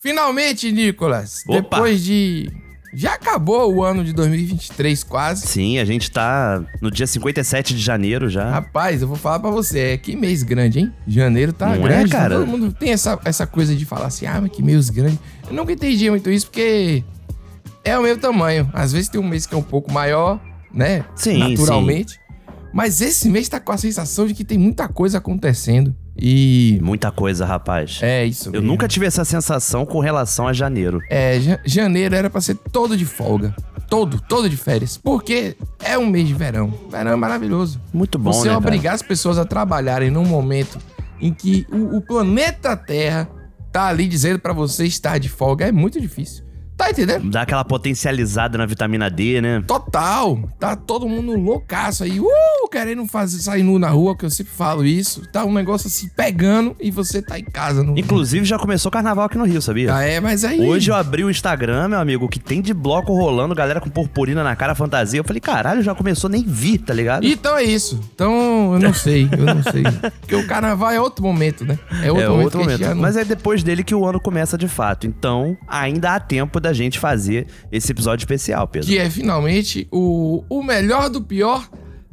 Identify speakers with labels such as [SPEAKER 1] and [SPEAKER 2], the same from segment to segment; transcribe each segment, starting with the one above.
[SPEAKER 1] Finalmente, Nicolas,
[SPEAKER 2] Opa.
[SPEAKER 1] depois de. Já acabou o ano de 2023, quase.
[SPEAKER 2] Sim, a gente tá no dia 57 de janeiro já.
[SPEAKER 1] Rapaz, eu vou falar pra você, é que mês grande, hein? Janeiro tá
[SPEAKER 2] Não é,
[SPEAKER 1] grande.
[SPEAKER 2] cara?
[SPEAKER 1] Todo mundo tem essa, essa coisa de falar assim, ah, mas que mês grande. Eu nunca entendi muito isso, porque é o mesmo tamanho. Às vezes tem um mês que é um pouco maior, né?
[SPEAKER 2] Sim,
[SPEAKER 1] Naturalmente. Mas esse mês tá com a sensação de que tem muita coisa acontecendo. E.
[SPEAKER 2] sim. Muita coisa, rapaz.
[SPEAKER 1] É isso.
[SPEAKER 2] Eu
[SPEAKER 1] mesmo.
[SPEAKER 2] nunca tive essa sensação com relação a janeiro.
[SPEAKER 1] É, ja- janeiro era pra ser todo de folga. Todo, todo de férias. Porque é um mês de verão. Verão é maravilhoso.
[SPEAKER 2] Muito bom,
[SPEAKER 1] Você
[SPEAKER 2] né, cara?
[SPEAKER 1] obrigar as pessoas a trabalharem num momento em que o, o planeta Terra tá ali dizendo pra você estar de folga é muito difícil. Tá entendendo?
[SPEAKER 2] Dá aquela potencializada na vitamina D, né?
[SPEAKER 1] Total, tá todo mundo loucaço aí, uh, querendo fazer, sair nu na rua, que eu sempre falo isso. Tá um negócio assim pegando e você tá em casa. No...
[SPEAKER 2] Inclusive, já começou o carnaval aqui no Rio, sabia?
[SPEAKER 1] Ah, é, mas aí.
[SPEAKER 2] Hoje eu abri o Instagram, meu amigo, que tem de bloco rolando, galera com purpurina na cara, fantasia. Eu falei, caralho, já começou, nem vi, tá ligado?
[SPEAKER 1] Então é isso. Então eu não sei, eu não sei. Porque o carnaval é outro momento, né? É outro
[SPEAKER 2] é
[SPEAKER 1] momento.
[SPEAKER 2] outro
[SPEAKER 1] que a gente
[SPEAKER 2] momento.
[SPEAKER 1] já não-
[SPEAKER 2] Mas é depois dele que o ano começa de fato. Então, ainda há tempo da gente fazer esse episódio especial, Pedro.
[SPEAKER 1] Que é finalmente o, o melhor do pior.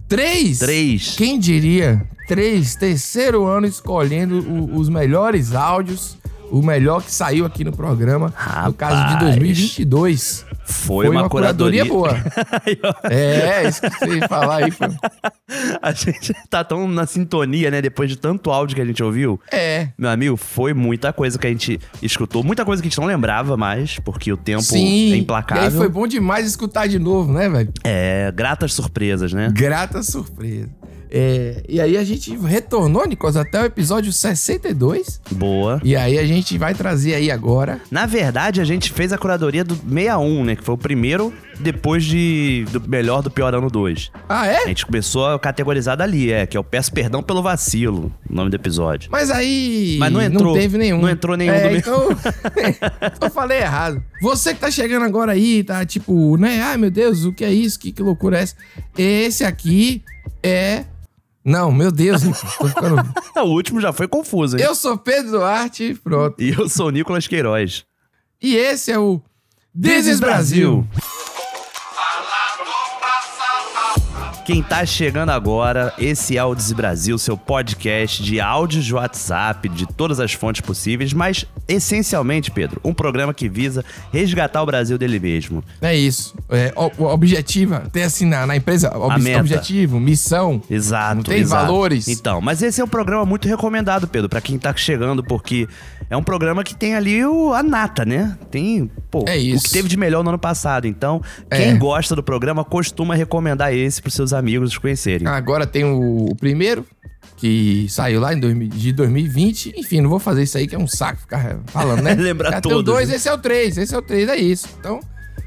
[SPEAKER 1] Três.
[SPEAKER 2] Três.
[SPEAKER 1] Quem diria? Três. Terceiro ano escolhendo o- os melhores áudios. O melhor que saiu aqui no programa. No caso de
[SPEAKER 2] Rapaz.
[SPEAKER 1] 2022.
[SPEAKER 2] Foi, uma, curadoria, boa.
[SPEAKER 1] É, isso que você falar aí. Foi...
[SPEAKER 2] a gente tá tão na sintonia, né? Depois de tanto áudio que a gente ouviu.
[SPEAKER 1] É.
[SPEAKER 2] Meu amigo, foi muita coisa que a gente escutou, muita coisa que a gente não lembrava mais, porque o tempo
[SPEAKER 1] Sim.
[SPEAKER 2] é
[SPEAKER 1] E
[SPEAKER 2] implacável.
[SPEAKER 1] aí foi bom demais escutar de novo, né, velho?
[SPEAKER 2] É, gratas surpresas, né?
[SPEAKER 1] Grata surpresa. É, e aí a gente retornou, Nicolas, até o episódio 62.
[SPEAKER 2] Boa.
[SPEAKER 1] E aí a gente vai trazer aí agora.
[SPEAKER 2] Na verdade, a gente fez a curadoria do 61, né? Que foi o primeiro depois de do melhor do pior ano 2.
[SPEAKER 1] Ah,
[SPEAKER 2] A
[SPEAKER 1] é?
[SPEAKER 2] gente começou a categorizar dali, é, que é o Peço Perdão pelo Vacilo, o nome do episódio.
[SPEAKER 1] Mas aí.
[SPEAKER 2] Mas não entrou.
[SPEAKER 1] teve nenhum.
[SPEAKER 2] Não entrou nenhum do
[SPEAKER 1] é,
[SPEAKER 2] meu.
[SPEAKER 1] então, eu falei errado. Você que tá chegando agora aí, tá tipo, né? Ai meu Deus, o que é isso? Que, que loucura é essa? Esse aqui é. Não, meu Deus, Nicolas, tô ficando.
[SPEAKER 2] o último já foi confuso, hein?
[SPEAKER 1] Eu sou Pedro Duarte, pronto.
[SPEAKER 2] E eu sou o Nicolas Queiroz.
[SPEAKER 1] E esse é o This is Brasil.
[SPEAKER 2] Quem tá chegando agora, esse é o Dizzy Brasil, seu podcast de áudios de WhatsApp, de todas as fontes possíveis, mas essencialmente, Pedro, um programa que visa resgatar o Brasil dele mesmo.
[SPEAKER 1] É isso. É, o, o objetiva, tem assim na, na empresa, ob-
[SPEAKER 2] meta.
[SPEAKER 1] objetivo, missão.
[SPEAKER 2] Exato.
[SPEAKER 1] Não tem
[SPEAKER 2] exato.
[SPEAKER 1] valores.
[SPEAKER 2] Então, mas esse é um programa muito recomendado, Pedro, pra quem tá chegando, porque é um programa que tem ali o, a nata, né? Tem, pô,
[SPEAKER 1] É isso.
[SPEAKER 2] o que teve de melhor no ano passado. Então, quem
[SPEAKER 1] É.
[SPEAKER 2] gosta do programa costuma recomendar esse pros seus amigos os conhecerem.
[SPEAKER 1] Agora tem o, o primeiro, que saiu lá em 2000 de 2020. Enfim, não vou fazer isso aí, que é um saco ficar falando, né?
[SPEAKER 2] Lembrar
[SPEAKER 1] Já Tem o
[SPEAKER 2] todos,
[SPEAKER 1] dois,
[SPEAKER 2] né?
[SPEAKER 1] esse é o três, esse é o três, é isso. Então,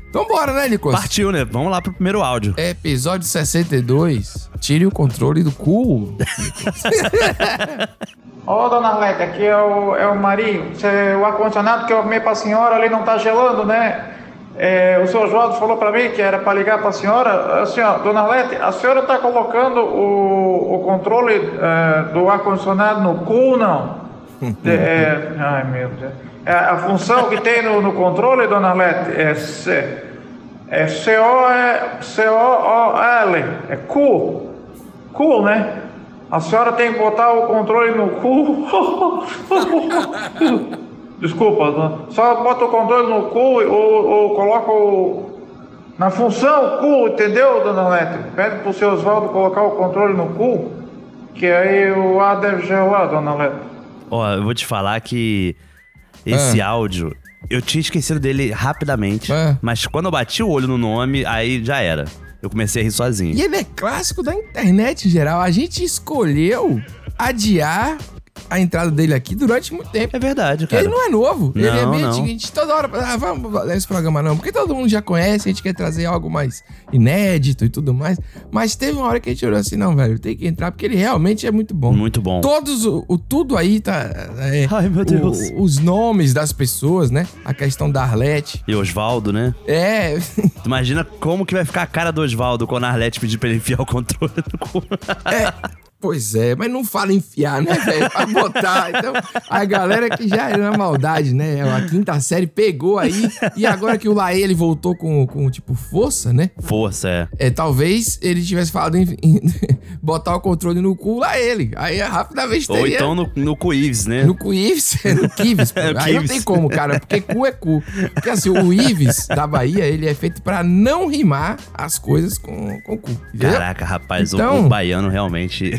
[SPEAKER 1] então bora, né, Nicolas?
[SPEAKER 2] Partiu, né? Vamos lá pro primeiro áudio.
[SPEAKER 1] É. Episódio 62. Tire o controle do cu.
[SPEAKER 3] Ô, dona Arlete, aqui é o, é o Marinho. Cê- o ar-condicionado que eu arrumei para a senhora ali não está gelando, né? É, o senhor Jorge falou para mim que era para ligar para a senhora. Assim, ó, dona Arlete, a senhora está colocando o, o controle eh, do ar-condicionado no cu, não? De- é, ai, meu Deus. É, a função que tem no, no controle, dona Arlete, é, C, é C-O-E- C-O-O-L, é cu. Cu, né? A senhora tem que botar o controle no cu. Desculpa, dona. só bota o controle no cu ou, ou coloca o. Na função cu, entendeu, dona Lete? Pede pro seu Oswaldo colocar o controle no cu, que aí o ar deve gelar, dona Lete.
[SPEAKER 2] Ó, eu vou te falar que esse áudio, eu tinha esquecido dele rapidamente,
[SPEAKER 1] Ah.
[SPEAKER 2] mas quando eu bati o olho no nome, aí já era. Eu comecei a rir sozinho.
[SPEAKER 1] E ele é clássico da internet em geral. A gente escolheu adiar a entrada dele aqui durante muito tempo.
[SPEAKER 2] É verdade,
[SPEAKER 1] Porque
[SPEAKER 2] cara.
[SPEAKER 1] ele não é novo, ele é
[SPEAKER 2] Não,
[SPEAKER 1] meio
[SPEAKER 2] não.
[SPEAKER 1] antigo. A gente toda hora. Ah, vamos fazer esse programa não, porque todo mundo já conhece, a gente quer trazer algo mais inédito e tudo mais. Mas teve uma hora que a gente olhou assim: não, velho, tem que entrar, porque ele realmente é muito bom.
[SPEAKER 2] Muito bom.
[SPEAKER 1] Todos, o, o tudo aí tá. é,
[SPEAKER 2] Ai, meu
[SPEAKER 1] o-
[SPEAKER 2] Deus.
[SPEAKER 1] os nomes das pessoas, né? A questão da Arlete.
[SPEAKER 2] E Osvaldo, né?
[SPEAKER 1] É,
[SPEAKER 2] Tu imagina como que vai ficar a cara do Osvaldo quando a Arlete pedir pra ele enfiar o controle no cu.
[SPEAKER 1] é, Pois é, mas não fala enfiar, né, velho? Pra botar. Então, a galera que já era na maldade, né? A quinta série pegou aí. E agora que o Laê, ele voltou com, com, tipo, força, né?
[SPEAKER 2] Força, é.
[SPEAKER 1] É, talvez ele tivesse falado em, em botar o controle no cu lá ele. Aí é rapidamente
[SPEAKER 2] Ou
[SPEAKER 1] teria...
[SPEAKER 2] então no, no cu Ives, né?
[SPEAKER 1] é No cu Ives, no Kives. pô.
[SPEAKER 2] No
[SPEAKER 1] aí não
[SPEAKER 2] Kives.
[SPEAKER 1] tem como, cara, porque cu é cu. Porque assim, o Ives da Bahia, ele é feito pra não rimar as coisas com, com cu. entendeu?
[SPEAKER 2] Caraca, rapaz, o-
[SPEAKER 1] Então-
[SPEAKER 2] o, baiano realmente.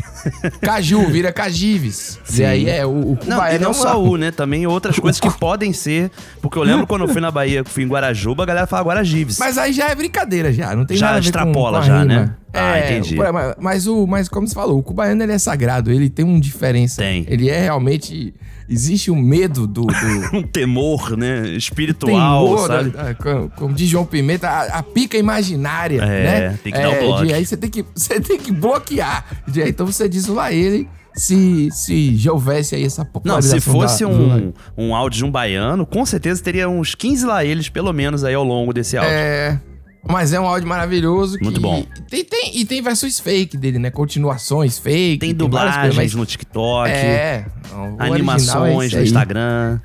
[SPEAKER 1] Caju vira cajives.
[SPEAKER 2] Sim.
[SPEAKER 1] E aí é o, o cu
[SPEAKER 2] Não,
[SPEAKER 1] baiano
[SPEAKER 2] e não
[SPEAKER 1] é uma-
[SPEAKER 2] só o, né? Também outras coisas que podem ser. Porque eu lembro quando eu fui na Bahia, que fui em Guarajuba, a galera fala Guarajives.
[SPEAKER 1] Mas aí já é brincadeira, já. Não tem
[SPEAKER 2] Já
[SPEAKER 1] nada a ver com-
[SPEAKER 2] extrapola
[SPEAKER 1] com a
[SPEAKER 2] já,
[SPEAKER 1] rima.
[SPEAKER 2] né? Ah,
[SPEAKER 1] É,
[SPEAKER 2] entendi.
[SPEAKER 1] por- mas, mas o, mas como você falou, o cubaiano ele é sagrado, ele tem uma diferença.
[SPEAKER 2] Tem.
[SPEAKER 1] Ele é realmente. Existe um medo do. do
[SPEAKER 2] Um temor, né? Espiritual,
[SPEAKER 1] temor, né?
[SPEAKER 2] sabe?
[SPEAKER 1] da- da- como, como diz João Pimenta, a, a pica imaginária,
[SPEAKER 2] É,
[SPEAKER 1] né?
[SPEAKER 2] tem que dar o bloco.
[SPEAKER 1] de- aí você tem que, você tem que bloquear. De- então você diz lá ele se, se já houvesse aí essa né?
[SPEAKER 2] Não,
[SPEAKER 1] popularização
[SPEAKER 2] se fosse
[SPEAKER 1] da- do-
[SPEAKER 2] um, um áudio de um baiano, com certeza teria uns 15 lá eles, pelo menos, aí ao longo desse áudio.
[SPEAKER 1] É. Mas é um áudio maravilhoso. Que
[SPEAKER 2] Muito bom.
[SPEAKER 1] Tem, tem- e tem versões fake dele, né? Continuações fake.
[SPEAKER 2] Tem
[SPEAKER 1] várias
[SPEAKER 2] dublagens
[SPEAKER 1] coisas, mas-
[SPEAKER 2] no TikTok,
[SPEAKER 1] É. não, o original é
[SPEAKER 2] animações
[SPEAKER 1] esse
[SPEAKER 2] no
[SPEAKER 1] aí.
[SPEAKER 2] Instagram.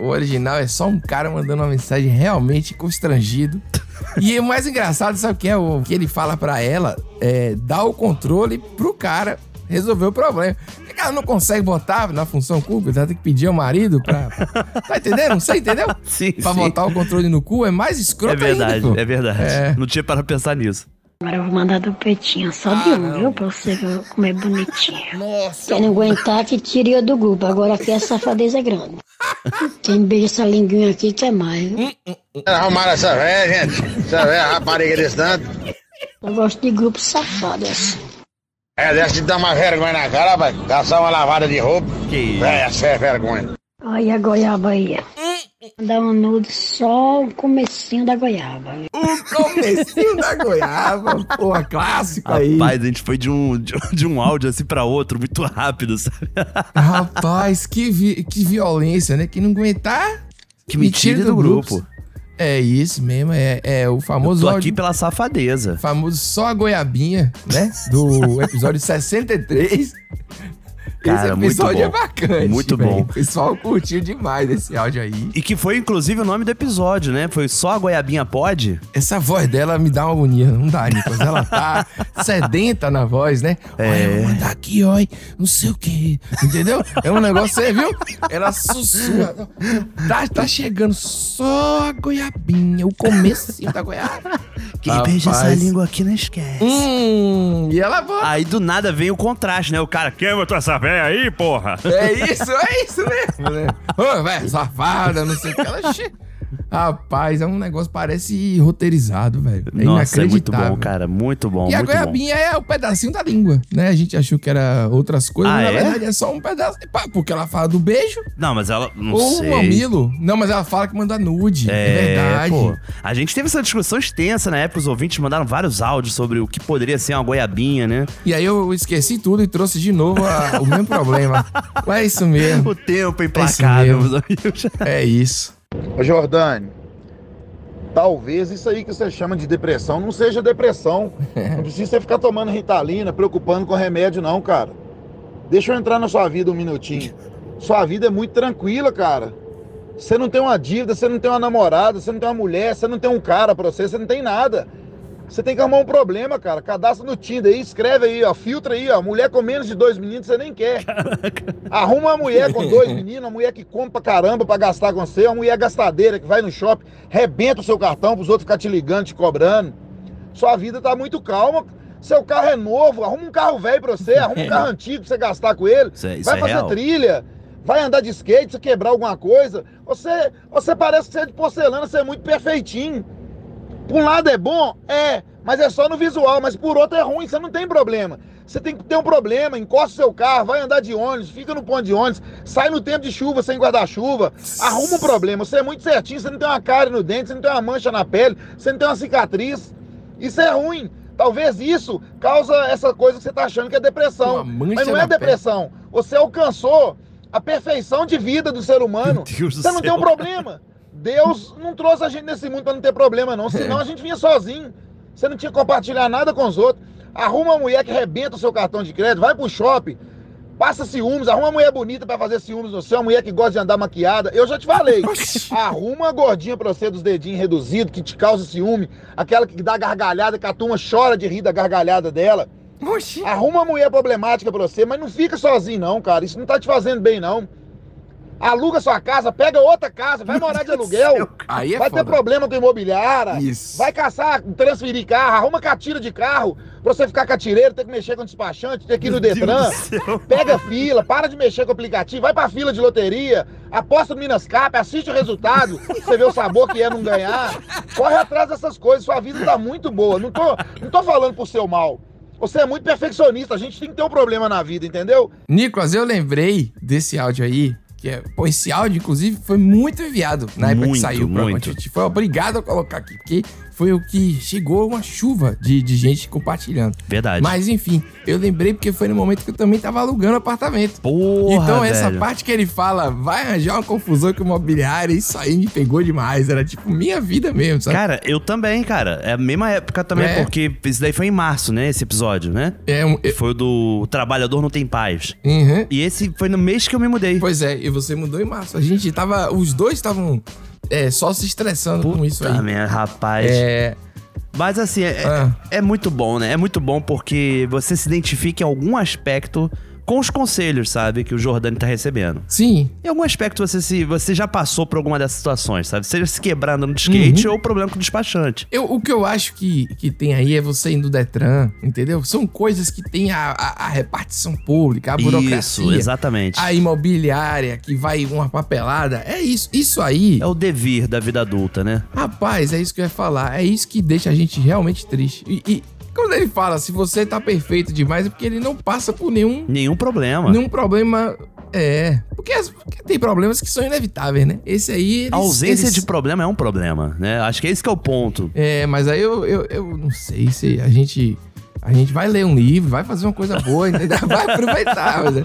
[SPEAKER 1] O original é só um cara mandando uma mensagem realmente constrangido. e o mais engraçado, sabe o que é? O que ele fala pra ela é dar o controle pro cara resolver o problema. Porque ela não consegue botar na função pública, ela tem que pedir ao marido pra... tá entendendo? Não sei, entendeu?
[SPEAKER 2] Sim,
[SPEAKER 1] Pra
[SPEAKER 2] sim.
[SPEAKER 1] botar o controle no cu é mais escroto
[SPEAKER 2] É verdade,
[SPEAKER 1] ainda, pô.
[SPEAKER 2] é verdade.
[SPEAKER 1] É.
[SPEAKER 2] Não tinha para pensar nisso.
[SPEAKER 4] Agora eu vou mandar do peitinho, só de
[SPEAKER 1] Ah,
[SPEAKER 4] um,
[SPEAKER 1] não.
[SPEAKER 4] viu? Pra você ver como é bonitinho.
[SPEAKER 1] Nossa,
[SPEAKER 4] Quem não aguentar, que tire eu do grupo. Agora aqui a safadeza é grande. Quem beija essa linguinha aqui quer mais, viu?
[SPEAKER 5] Arrumaram essa velha, gente. Essa velha rapariga desse tanto.
[SPEAKER 4] Eu gosto de grupo safado assim.
[SPEAKER 5] É, dessa de dar uma vergonha na cara, vai. Passar uma lavada de roupa.
[SPEAKER 2] Que isso.
[SPEAKER 5] Véia, essa é vergonha.
[SPEAKER 4] Olha a goiaba aí. Mandar um nude só o comecinho da goiaba. viu?
[SPEAKER 1] o comecinho da goiaba, porra, clássico Tá aí.
[SPEAKER 2] Rapaz, a gente foi de um, de, um- de um áudio assim pra outro muito rápido, sabe?
[SPEAKER 1] Rapaz, que, vi- que violência, né? Quem não aguentar...
[SPEAKER 2] Que mentira do grupo.
[SPEAKER 1] É isso mesmo, é, é o famoso
[SPEAKER 2] Tô
[SPEAKER 1] áudio-
[SPEAKER 2] aqui pela safadeza.
[SPEAKER 1] famoso só a goiabinha, né? Do episódio 63.
[SPEAKER 2] Cara,
[SPEAKER 1] esse
[SPEAKER 2] muito
[SPEAKER 1] episódio
[SPEAKER 2] bom.
[SPEAKER 1] é bacana.
[SPEAKER 2] Muito bom.
[SPEAKER 1] O pessoal curtiu demais esse áudio aí.
[SPEAKER 2] E que foi, inclusive, o nome do episódio, né? Foi só a Goiabinha Pode?
[SPEAKER 1] Essa voz dela me dá uma agonia, não dá, Nicolas. Ela tá sedenta na voz, né? É. eu vou mandar aqui, ó, hein? não sei o quê. Entendeu? É um negócio, você viu? Ela sussurra. Tá, tá chegando só a goiabinha, o começo da goiaba.
[SPEAKER 2] Quem
[SPEAKER 1] Rapaz.
[SPEAKER 2] beija essa língua aqui não esquece.
[SPEAKER 1] Hum, e ela volta.
[SPEAKER 2] Aí do nada vem o contraste, né? O cara, quem botou essa véia aí, porra?
[SPEAKER 1] É isso, é isso mesmo, né? Ô, velho, safada, não sei o que. Ela che... Rapaz, é um negócio parece roteirizado, velho. É
[SPEAKER 2] Nossa, é muito
[SPEAKER 1] inacreditável.
[SPEAKER 2] bom, cara. Muito bom,
[SPEAKER 1] E a
[SPEAKER 2] muito bom.
[SPEAKER 1] goiabinha é o pedacinho da língua, né? A gente achou que era outras coisas,
[SPEAKER 2] Ah,
[SPEAKER 1] mas na
[SPEAKER 2] é?
[SPEAKER 1] verdade é só um pedaço. de pá, Porque ela fala do beijo
[SPEAKER 2] Não, mas ela. Não
[SPEAKER 1] ou
[SPEAKER 2] sei.
[SPEAKER 1] o mamilo. Não, mas ela fala que manda nude. É, verdade.
[SPEAKER 2] pô. A gente teve essa discussão extensa na época, os ouvintes mandaram vários áudios sobre o que poderia ser uma goiabinha, né?
[SPEAKER 1] E aí eu esqueci tudo e trouxe de novo a- o mesmo problema. Mas é isso mesmo.
[SPEAKER 2] O tempo é implacável,
[SPEAKER 1] mesmo.
[SPEAKER 2] meus amigos.
[SPEAKER 1] É isso.
[SPEAKER 6] Ô Jordane, talvez isso aí que você chama de depressão não seja depressão. Não precisa você ficar tomando ritalina, preocupando com remédio, não, cara. Deixa eu entrar na sua vida um minutinho. Sua vida é muito tranquila, cara. Você não tem uma dívida, você não tem uma namorada, você não tem uma mulher, você não tem um cara pra você, você não tem nada. Você tem que arrumar um problema, cara. Cadastra no Tinder aí, escreve aí, ó. Filtra aí, ó. Mulher com menos de dois meninos, você nem quer. Arruma uma mulher com dois meninos, uma mulher que come pra caramba pra gastar com você, uma mulher gastadeira que vai no shopping, rebenta o seu cartão pros outros ficar te ligando, te cobrando. Sua vida tá muito calma. Seu carro é novo, arruma um carro velho pra você, arruma um carro antigo pra você gastar com ele.
[SPEAKER 2] Isso é, isso
[SPEAKER 6] vai
[SPEAKER 2] é
[SPEAKER 6] fazer
[SPEAKER 2] real.
[SPEAKER 6] trilha, vai andar de skate, se quebrar alguma coisa. Você, você parece que você é de porcelana, você é muito perfeitinho. Por um lado é bom? É, mas é só no visual, mas por outro é ruim, você não tem problema. Você tem que ter um problema, encosta o seu carro, vai andar de ônibus, fica no ponto de ônibus, sai no tempo de chuva sem guarda-chuva, arruma um problema. Você é muito certinho, você não tem uma cara no dente, você não tem uma mancha na pele, você não tem uma cicatriz. Isso é ruim. Talvez isso causa essa coisa que você está achando que é depressão.
[SPEAKER 1] Uma mancha
[SPEAKER 6] Mas não
[SPEAKER 1] na
[SPEAKER 6] é
[SPEAKER 1] pele.
[SPEAKER 6] depressão. Você alcançou a perfeição de vida do ser humano.
[SPEAKER 2] Deus do
[SPEAKER 6] Você não tem
[SPEAKER 2] céu.
[SPEAKER 6] um problema. Deus não trouxe a gente nesse mundo para não ter problema, não. Senão a gente vinha sozinho. Você não tinha que compartilhar nada com os outros. Arruma uma mulher que rebenta o seu cartão de crédito, vai pro shopping, passa ciúmes, arruma uma mulher bonita pra fazer ciúmes no seu, uma mulher que gosta de andar maquiada. Eu já te falei. arruma uma gordinha pra você dos dedinhos reduzidos, que te causa ciúme, aquela que dá gargalhada, que a turma chora de rir da gargalhada dela.
[SPEAKER 1] Oxi.
[SPEAKER 6] Arruma uma mulher problemática pra você, mas não fica sozinho, não, cara. Isso não tá te fazendo bem, não. Aluga sua casa, pega outra casa, vai morar de aluguel.
[SPEAKER 1] Aí é
[SPEAKER 6] vai ter
[SPEAKER 1] foda.
[SPEAKER 6] problema com imobiliária.
[SPEAKER 1] Isso.
[SPEAKER 6] Vai caçar, transferir carro, arruma catira de carro pra você ficar catireiro, ter que mexer com despachante, ter que ir no Detran. Pega fila, para de mexer com o aplicativo, vai pra fila de loteria, aposta no Minas Cap, assiste o resultado, você vê o sabor que é não ganhar. Corre atrás dessas coisas, sua vida tá muito boa. Não tô, não tô falando por seu mal. Você é muito perfeccionista, a gente tem que ter um problema na vida, entendeu?
[SPEAKER 1] Nicolas, eu lembrei desse áudio aí. Que é, pô, esse áudio, inclusive, foi muito enviado na época
[SPEAKER 2] Muito,
[SPEAKER 1] que saiu. pra-
[SPEAKER 2] muito.
[SPEAKER 1] A gente foi obrigado a colocar aqui, porque foi o que chegou uma chuva de, de gente compartilhando.
[SPEAKER 2] Verdade.
[SPEAKER 1] Mas enfim, eu lembrei porque foi no momento que eu também tava alugando apartamento.
[SPEAKER 2] Porra,
[SPEAKER 1] então, essa
[SPEAKER 2] velho.
[SPEAKER 1] parte que ele fala, vai arranjar uma confusão com o imobiliário, isso aí me pegou demais. Era tipo minha vida mesmo, sabe?
[SPEAKER 2] Cara, eu também, cara. É a mesma época também,
[SPEAKER 1] É.
[SPEAKER 2] porque isso daí foi em março, né? Esse episódio, né?
[SPEAKER 1] É um. é-
[SPEAKER 2] Foi o do Trabalhador Não Tem Paz.
[SPEAKER 1] Uhum.
[SPEAKER 2] E esse foi no mês que eu me mudei.
[SPEAKER 1] Pois é, e você mudou em março. A gente tava. Os dois estavam é, só se estressando com isso
[SPEAKER 2] Puta
[SPEAKER 1] aí.
[SPEAKER 2] merda, Ah, rapaz.
[SPEAKER 1] É.
[SPEAKER 2] Mas assim, é,
[SPEAKER 1] Ah.
[SPEAKER 2] é muito bom, né? É muito bom porque você se identifica em algum aspecto com os conselhos, sabe? Que o Jordani tá recebendo.
[SPEAKER 1] Sim,
[SPEAKER 2] Em algum aspecto você, se, você já passou por alguma dessas situações, sabe? Seja se quebrar andando de skate
[SPEAKER 1] Uhum.
[SPEAKER 2] ou problema com o despachante.
[SPEAKER 1] Eu- o que eu acho que, que tem aí é você ir no Detran, entendeu? São coisas que tem a, a- a repartição pública, a
[SPEAKER 2] Isso,
[SPEAKER 1] burocracia,
[SPEAKER 2] exatamente.
[SPEAKER 1] a imobiliária, que vai uma papelada. É isso. Isso aí,
[SPEAKER 2] É o devir da vida adulta, né?
[SPEAKER 1] rapaz, é isso que eu ia falar. É isso que deixa a gente realmente triste. E, e quando ele fala, se você tá perfeito demais, é porque ele não passa por nenhum,
[SPEAKER 2] Nenhum problema.
[SPEAKER 1] nenhum problema... É, porque, as- porque tem problemas que são inevitáveis, né? Esse aí... Eles,
[SPEAKER 2] A ausência
[SPEAKER 1] eles-
[SPEAKER 2] de problema é um problema, né? Acho que é esse que é o ponto.
[SPEAKER 1] É, mas aí eu, eu, eu não sei se a gente. A gente vai ler um livro, vai fazer uma coisa boa, ainda vai aproveitar. Mas, né?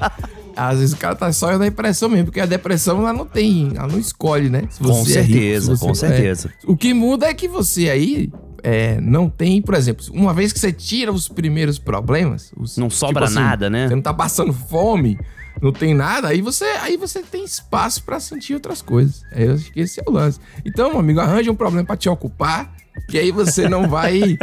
[SPEAKER 1] Às vezes o cara tá só na depressão mesmo, porque a depressão ela não tem, ela não escolhe, né? Se
[SPEAKER 2] Com
[SPEAKER 1] é rico,
[SPEAKER 2] certeza,
[SPEAKER 1] se você
[SPEAKER 2] com
[SPEAKER 1] não é.
[SPEAKER 2] certeza.
[SPEAKER 1] O que muda é que você aí é, não tem, por exemplo, uma vez que você tira os primeiros problemas, os-
[SPEAKER 2] Não
[SPEAKER 1] tipo
[SPEAKER 2] sobra
[SPEAKER 1] assim,
[SPEAKER 2] nada, né?
[SPEAKER 1] Você não tá passando fome, não tem nada, aí você, aí você tem espaço pra sentir outras coisas. Aí Eu acho que esse é o lance. Então, meu amigo, arranja um problema pra te ocupar, que aí você não vai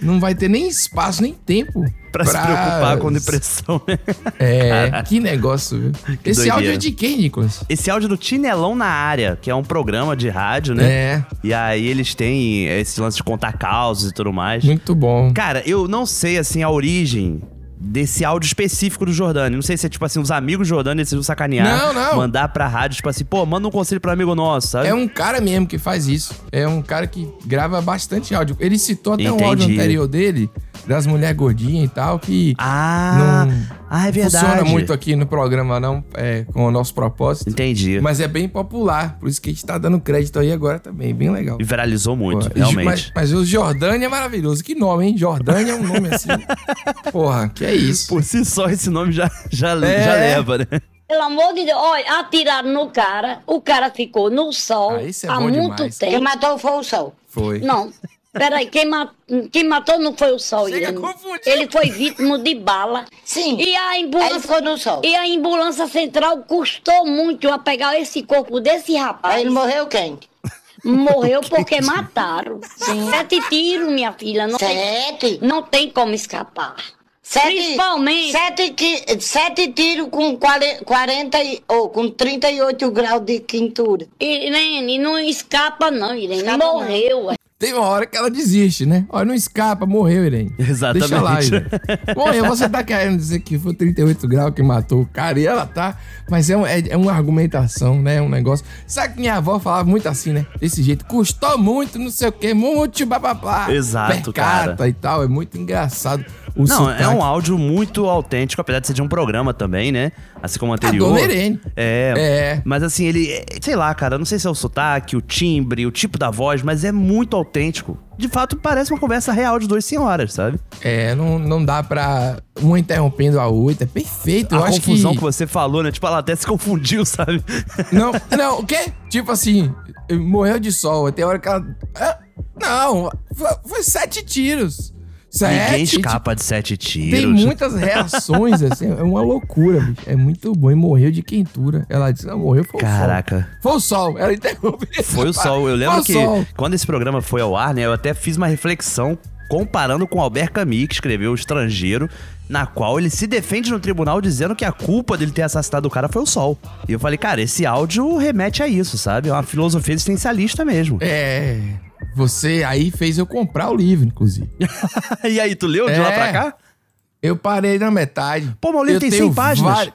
[SPEAKER 1] não vai ter nem espaço, nem tempo
[SPEAKER 2] Pra, se preocupar com depressão, né?
[SPEAKER 1] É, que negócio, viu? Esse
[SPEAKER 2] doideira.
[SPEAKER 1] áudio é de quem, Nicolas?
[SPEAKER 2] Esse áudio do Tinelão na área, que é um programa de rádio, né?
[SPEAKER 1] É,
[SPEAKER 2] E aí eles têm esse lance de contar causas e tudo mais.
[SPEAKER 1] muito bom.
[SPEAKER 2] Cara, eu não sei, assim, a origem desse áudio específico do Jordani. Não sei se é, tipo assim, os amigos Jordani decidiram sacanear.
[SPEAKER 1] Não, não.
[SPEAKER 2] Mandar pra rádio, tipo assim, pô, manda um conselho pra amigo nosso, sabe?
[SPEAKER 1] É um cara mesmo que faz isso. É um cara que grava bastante áudio. Ele citou até um
[SPEAKER 2] Entendi.
[SPEAKER 1] áudio anterior dele, das mulheres gordinhas e tal, que
[SPEAKER 2] Ah,
[SPEAKER 1] Não
[SPEAKER 2] ah, é verdade.
[SPEAKER 1] funciona muito assim. aqui no programa, não, é, com o nosso propósito.
[SPEAKER 2] Entendi.
[SPEAKER 1] Mas é bem popular, por isso que a gente tá dando crédito aí agora também, bem legal.
[SPEAKER 2] E Viralizou muito,
[SPEAKER 1] Pô, e Ju-
[SPEAKER 2] realmente.
[SPEAKER 1] Mas, mas o Jordânia é maravilhoso. Que nome, hein? Jordânia é um nome assim. Porra, que é isso?
[SPEAKER 2] Por si só, esse nome já, já, le-
[SPEAKER 1] É.
[SPEAKER 2] já leva, né?
[SPEAKER 7] Pelo amor de Deus, olha, atiraram no cara, o cara ficou no sol
[SPEAKER 1] Ah, isso é
[SPEAKER 7] há
[SPEAKER 1] bom
[SPEAKER 7] muito
[SPEAKER 1] demais.
[SPEAKER 7] tempo. Quem matou foi o sol.
[SPEAKER 1] Foi.
[SPEAKER 7] Não, peraí, quem, ma- quem matou não foi o sol,
[SPEAKER 1] Chega
[SPEAKER 7] Irene.
[SPEAKER 1] confundindo.
[SPEAKER 7] Ele foi vítima de bala.
[SPEAKER 8] Sim.
[SPEAKER 7] E a
[SPEAKER 8] Aí ele
[SPEAKER 7] ambulância,
[SPEAKER 8] ficou no sol.
[SPEAKER 7] e a ambulância central custou muito a pegar esse corpo desse
[SPEAKER 8] Aí
[SPEAKER 7] rapaz.
[SPEAKER 8] ele morreu quem?
[SPEAKER 7] Morreu porque mataram. Sete tiros, minha filha. Não, tem,
[SPEAKER 8] Sete.
[SPEAKER 7] não tem como escapar.
[SPEAKER 8] Sete,
[SPEAKER 7] Principalmente.
[SPEAKER 8] Sete, ti- sete tiros com 40 ou com 38 graus de quintura.
[SPEAKER 7] Irene, não escapa não, Irene.
[SPEAKER 8] Escapa não.
[SPEAKER 7] Morreu, ué.
[SPEAKER 1] Tem uma hora que ela desiste, né? Olha, não escapa, morreu, Irene.
[SPEAKER 2] Exatamente.
[SPEAKER 1] Deixa lá, Irene. Morreu, você tá querendo dizer que foi 38 graus que matou o cara e ela tá. Mas é, um- é, é uma argumentação, né? É um negócio. Sabe que minha avó falava muito assim, né? Desse jeito. Custou muito, não sei o quê, muito bababá.
[SPEAKER 2] Exato,
[SPEAKER 1] Percata
[SPEAKER 2] cara.
[SPEAKER 1] e tal. É muito engraçado. O
[SPEAKER 2] Não, é um
[SPEAKER 1] sotaque.
[SPEAKER 2] áudio muito autêntico, apesar de ser de um programa também, né? Assim como o anterior.
[SPEAKER 1] dona Tá Irene.
[SPEAKER 2] É.
[SPEAKER 1] É.
[SPEAKER 2] Mas assim, ele. é, Sei lá, cara, não sei se é o sotaque, o timbre, o tipo da voz, mas é muito autêntico. De fato, parece uma conversa real de duas senhoras, sabe?
[SPEAKER 1] É, não, não dá pra. Uma interrompendo a outra. É perfeito. Eu
[SPEAKER 2] a
[SPEAKER 1] acho
[SPEAKER 2] confusão que...
[SPEAKER 1] que
[SPEAKER 2] você falou, né? Tipo, ela até se confundiu, sabe?
[SPEAKER 1] Não, não, o quê? Tipo assim, morreu de sol. Até a hora que ela. Ah, Não, fo- foi, sete tiros.
[SPEAKER 2] Ninguém
[SPEAKER 1] Sete,
[SPEAKER 2] escapa de sete tiros.
[SPEAKER 1] Tem muitas reações, assim, é uma loucura, bicho. É muito bom. E morreu de quentura. Ela disse, não, morreu foi o
[SPEAKER 2] Caraca.
[SPEAKER 1] sol. Foi o sol. Ela interrompeu.
[SPEAKER 2] Foi o sol. Eu
[SPEAKER 1] Foi
[SPEAKER 2] lembro
[SPEAKER 1] o
[SPEAKER 2] que
[SPEAKER 1] sol.
[SPEAKER 2] quando esse programa foi ao ar, né, eu até fiz uma reflexão comparando com Albert Camus, que escreveu O Estrangeiro, na qual ele se defende no tribunal dizendo que a culpa dele ter assassinado o cara foi o sol. E eu falei, cara, esse áudio remete a isso, sabe? É uma filosofia existencialista mesmo.
[SPEAKER 1] É. Você aí fez eu comprar o livro, inclusive.
[SPEAKER 2] e aí, tu leu de lá
[SPEAKER 1] É.
[SPEAKER 2] pra cá?
[SPEAKER 1] Eu parei na metade.
[SPEAKER 2] Pô, mas o livro
[SPEAKER 1] Eu
[SPEAKER 2] tem
[SPEAKER 1] tenho
[SPEAKER 2] 100 páginas.
[SPEAKER 1] vari-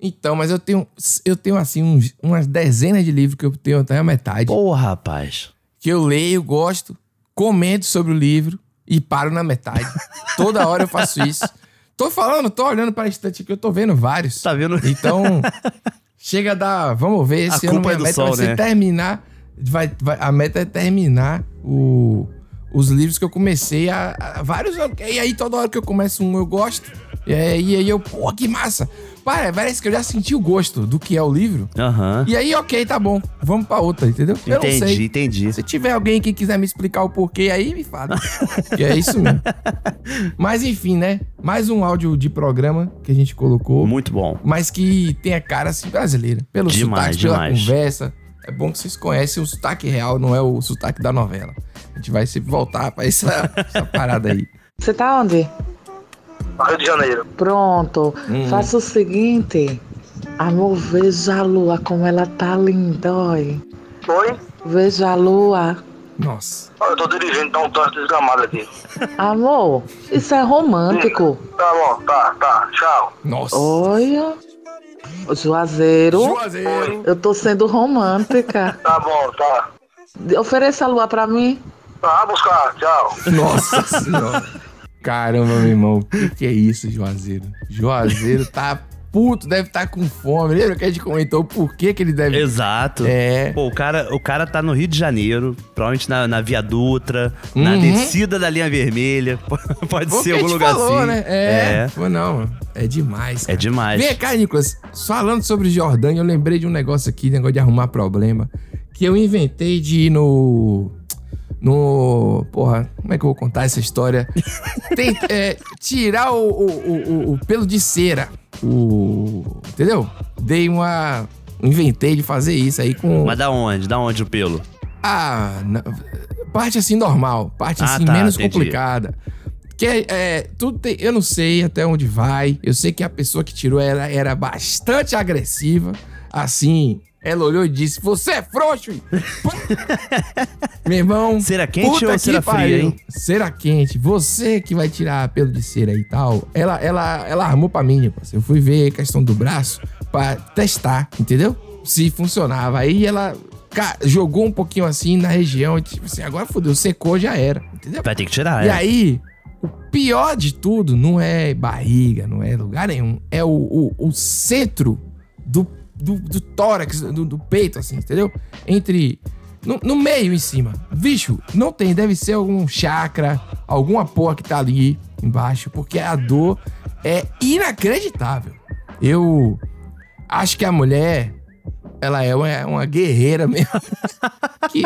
[SPEAKER 1] Então, mas eu tenho, eu tenho assim, uns- umas dezenas de livros que eu tenho até a metade.
[SPEAKER 2] Pô, rapaz.
[SPEAKER 1] que eu leio, gosto, comento sobre o livro e paro na metade. Toda hora eu faço isso. Tô falando, tô olhando pra estante aqui, eu tô vendo vários.
[SPEAKER 2] Tá vendo?
[SPEAKER 1] Então, chega a dar. Vamos ver, esse
[SPEAKER 2] A
[SPEAKER 1] ano
[SPEAKER 2] culpa
[SPEAKER 1] minha
[SPEAKER 2] é do
[SPEAKER 1] meta
[SPEAKER 2] sol,
[SPEAKER 1] vai ser
[SPEAKER 2] né?
[SPEAKER 1] terminar. Vai, vai- a meta é terminar o- os livros que eu comecei há, há vários anos. E aí, toda hora que eu começo um, eu gosto. E aí, e aí eu, pô, que massa! Para, parece que eu já senti o gosto do que é o livro.
[SPEAKER 2] Aham.
[SPEAKER 1] E aí, ok, tá bom. Vamos pra outra, entendeu? Eu não sei.
[SPEAKER 2] Entendi, entendi.
[SPEAKER 1] Se tiver alguém que quiser me explicar o porquê aí, me fala. que é isso mesmo. Mas enfim, né? Mais um áudio de programa que a gente colocou,
[SPEAKER 2] Muito bom.
[SPEAKER 1] mas que tem a cara assim, brasileira. Pelo
[SPEAKER 2] Demais,
[SPEAKER 1] sotaque, pela
[SPEAKER 2] demais.
[SPEAKER 1] conversa. É bom que vocês conhecem o sotaque real, não é o sotaque da novela. A gente vai sempre voltar pra essa, essa parada aí.
[SPEAKER 9] Você tá onde?
[SPEAKER 10] Rio de Janeiro.
[SPEAKER 9] Pronto. Faça o seguinte. Amor, veja a lua, como ela tá linda, oi.
[SPEAKER 10] Oi?
[SPEAKER 9] Veja a lua.
[SPEAKER 1] Nossa.
[SPEAKER 10] Ó, Eu tô dirigindo, tá um trânsito desgramado aqui.
[SPEAKER 9] Amor, isso é romântico.
[SPEAKER 10] Tá bom, tá, tá. Tchau.
[SPEAKER 1] Nossa.
[SPEAKER 9] Olha. O Juazeiro.
[SPEAKER 1] Juazeiro.
[SPEAKER 9] Eu tô sendo romântica.
[SPEAKER 10] Tá bom, tá.
[SPEAKER 9] Ofereça a lua pra mim.
[SPEAKER 10] Tá, vai buscar. Tchau.
[SPEAKER 1] Nossa senhora. Caramba, meu irmão. O que, que é isso, Juazeiro? Juazeiro tá puto, deve estar com fome. Lembra que a gente comentou por que, que ele deve.
[SPEAKER 2] Exato.
[SPEAKER 1] É.
[SPEAKER 2] Pô, o cara, o cara tá no Rio de Janeiro, provavelmente na, na Via Dutra, na
[SPEAKER 1] Uhum.
[SPEAKER 2] descida da linha vermelha. Pode
[SPEAKER 1] Foi o que
[SPEAKER 2] ser
[SPEAKER 1] a
[SPEAKER 2] algum
[SPEAKER 1] gente
[SPEAKER 2] lugar
[SPEAKER 1] falou,
[SPEAKER 2] assim.
[SPEAKER 1] Né? É.
[SPEAKER 2] É.
[SPEAKER 1] Pô, não, mano. é demais.
[SPEAKER 2] É demais.
[SPEAKER 1] Vem cá, Nicolas. Falando sobre Jordânia, eu lembrei de um negócio aqui, negócio de arrumar problema. Que eu inventei de ir no. No. Porra, como é que eu vou contar essa história? Tem- é, tirar o, o, o- o- o pelo de cera. O. Entendeu? Dei uma. Inventei de fazer isso aí com.
[SPEAKER 2] Mas da onde? Da onde o pelo?
[SPEAKER 1] Ah, na- parte assim normal, parte
[SPEAKER 2] Ah,
[SPEAKER 1] assim
[SPEAKER 2] tá,
[SPEAKER 1] menos
[SPEAKER 2] entendi.
[SPEAKER 1] complicada. Que é, é, tudo tem, eu não sei até onde vai. Eu sei que a pessoa que tirou era, era bastante agressiva. Assim, ela olhou e disse: Você é frouxo! hein?" Pá! Meu irmão.
[SPEAKER 2] Cera quente
[SPEAKER 1] puta
[SPEAKER 2] ou é
[SPEAKER 1] que
[SPEAKER 2] cera fria,
[SPEAKER 1] pariu.
[SPEAKER 2] hein?
[SPEAKER 1] Cera quente. Você que vai tirar pelo de cera e tal. Ela, ela, ela armou pra mim, rapaz. Eu fui ver a questão do braço pra testar, entendeu? Se funcionava. Aí ela ca- jogou um pouquinho assim na região. e Tipo assim, agora fodeu, secou, já era, entendeu?
[SPEAKER 2] Vai ter que tirar,
[SPEAKER 1] E
[SPEAKER 2] é.
[SPEAKER 1] aí, o pior de tudo não é barriga, não é lugar nenhum. É o, o, o centro do, do, do tórax, do, do peito, assim, entendeu? Entre. No, no meio, em cima. Bicho, não tem. Deve ser algum chakra, alguma porra que tá ali embaixo, porque a dor é inacreditável. Eu acho que a mulher, ela é uma, uma guerreira mesmo. que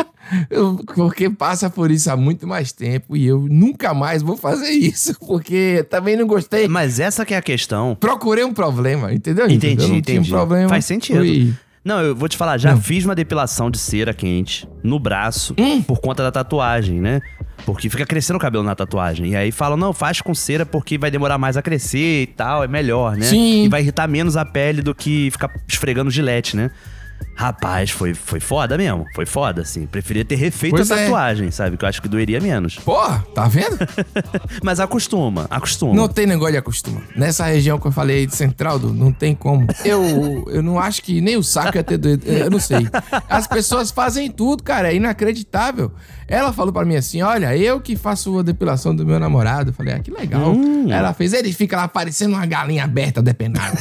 [SPEAKER 1] eu- porque passa por isso há muito mais tempo e eu nunca mais vou fazer isso, porque também não gostei.
[SPEAKER 2] Mas essa que é a questão.
[SPEAKER 1] Procurei um problema, entendeu? Nicolas?
[SPEAKER 2] Entendi,
[SPEAKER 1] eu não
[SPEAKER 2] entendi.
[SPEAKER 1] Tinha um problema.
[SPEAKER 2] Faz sentido.
[SPEAKER 1] Fui-
[SPEAKER 2] Não, eu vou te falar, já
[SPEAKER 1] Não.
[SPEAKER 2] fiz uma depilação de cera quente no braço
[SPEAKER 1] Hum.
[SPEAKER 2] por conta da tatuagem, né? Porque fica crescendo o cabelo na tatuagem. E aí falam, não, faz com cera porque vai demorar mais a crescer e tal, é melhor, né?
[SPEAKER 1] Sim.
[SPEAKER 2] E vai irritar menos a pele do que ficar esfregando gilete, né? Rapaz, foi, foi foda mesmo. Foi foda, assim. Preferia ter refeito
[SPEAKER 1] Pois
[SPEAKER 2] a
[SPEAKER 1] é.
[SPEAKER 2] tatuagem, sabe? Que eu acho que doeria menos.
[SPEAKER 1] Porra, tá vendo?
[SPEAKER 2] Mas acostuma, acostuma.
[SPEAKER 1] Não tem negócio de acostuma. Nessa região que eu falei de central, do, não tem como. Eu, eu não acho que nem o saco ia ter doido. Eu não sei. As pessoas fazem tudo, cara. É inacreditável. Ela falou pra mim assim: olha, eu que faço a depilação do meu namorado. Eu falei, ah, que legal.
[SPEAKER 2] Hum.
[SPEAKER 1] Ela fez, ele fica lá parecendo uma galinha aberta depenada.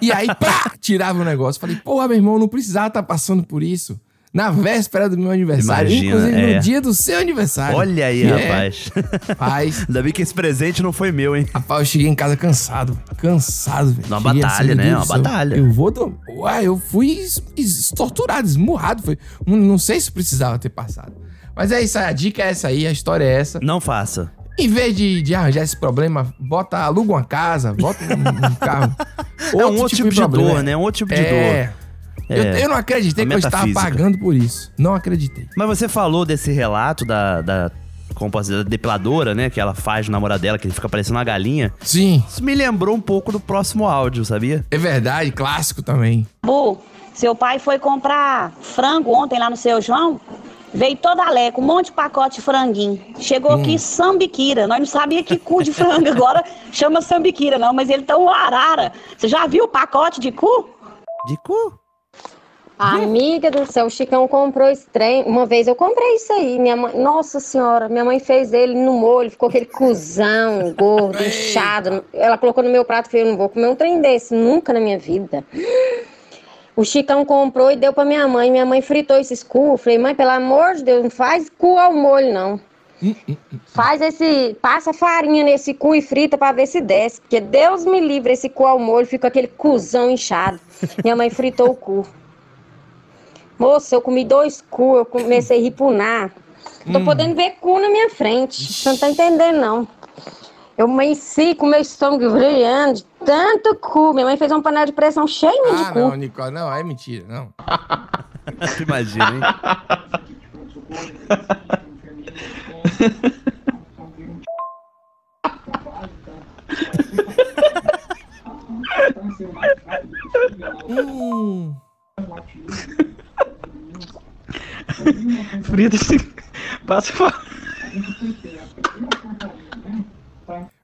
[SPEAKER 1] e aí, pá, tirava o negócio. Falei, porra, meu irmão, não precisava estar passando por isso. Na véspera do meu aniversário.
[SPEAKER 2] Imagina,
[SPEAKER 1] inclusive
[SPEAKER 2] é.
[SPEAKER 1] no dia do seu aniversário.
[SPEAKER 2] Olha aí,
[SPEAKER 1] É,
[SPEAKER 2] rapaz.
[SPEAKER 1] Rapaz.
[SPEAKER 2] Ainda bem que esse presente não foi meu, hein?
[SPEAKER 1] Rapaz, eu cheguei em casa cansado, velho. cansado, velho.
[SPEAKER 2] Uma
[SPEAKER 1] Cheguei assim,
[SPEAKER 2] batalha,
[SPEAKER 1] meu
[SPEAKER 2] né?
[SPEAKER 1] Deus
[SPEAKER 2] Uma
[SPEAKER 1] do céu.
[SPEAKER 2] batalha.
[SPEAKER 1] Eu vou. Do... Ué, eu fui es- es- torturado, esmurrado. Foi... Não- Não sei se precisava ter passado. Mas é isso aí, a dica é essa aí, a história é essa.
[SPEAKER 2] Não faça.
[SPEAKER 1] Em vez de, de arranjar esse problema, bota, aluga uma casa, bota um, um carro.
[SPEAKER 2] é um outro tipo, de dor, né? É um outro tipo de
[SPEAKER 1] É.
[SPEAKER 2] dor.
[SPEAKER 1] Eu,
[SPEAKER 2] É.
[SPEAKER 1] eu não acreditei
[SPEAKER 2] A
[SPEAKER 1] que eu estava
[SPEAKER 2] metafísica.
[SPEAKER 1] pagando por isso. Não acreditei.
[SPEAKER 2] Mas você falou desse relato da, da, como posso dizer, da depiladora, né? Que ela faz no namorado dela, que ele fica parecendo uma galinha.
[SPEAKER 1] Sim.
[SPEAKER 2] Isso me lembrou um pouco do próximo áudio, sabia?
[SPEAKER 1] É verdade, clássico também.
[SPEAKER 11] Bu, seu pai foi comprar frango ontem lá no seu João. Veio toda a leca, um monte de pacote de franguinho. Chegou aqui sambiquira. Nós não sabia que cu de frango agora chama sambiquira, não, mas ele tá um arara. Você já viu o pacote de cu?
[SPEAKER 2] De cu?
[SPEAKER 12] Amiga do céu, o Chicão comprou esse trem. Uma vez eu comprei isso aí. Minha mãe, nossa senhora, minha mãe fez ele no molho, ficou aquele cuzão, gordo, inchado. Ela colocou no meu prato e falei, eu não vou comer um trem desse, nunca na minha vida. O Chicão comprou e deu pra minha mãe. Minha mãe fritou esses cu. Eu Falei, mãe, pelo amor de Deus, não faz cu ao molho, não. Faz esse. Passa farinha nesse cu e frita pra ver se desce. Porque Deus me livre, esse cu ao molho fica aquele cuzão inchado. Minha mãe fritou o cu. Moça, eu comi dois cu, eu comecei a ripunar. Tô
[SPEAKER 13] Hum.
[SPEAKER 12] podendo ver cu na minha frente. Você não tá entendendo, não. Eu meci com meu estômago brilhando, de tanto cu. Minha mãe fez uma panela de pressão cheia de
[SPEAKER 1] Ah,
[SPEAKER 12] cu.
[SPEAKER 1] não, Nicole, não, é mentira, não.
[SPEAKER 2] Tu imagina, hein?
[SPEAKER 1] Hum.
[SPEAKER 14] Frita se passa fora.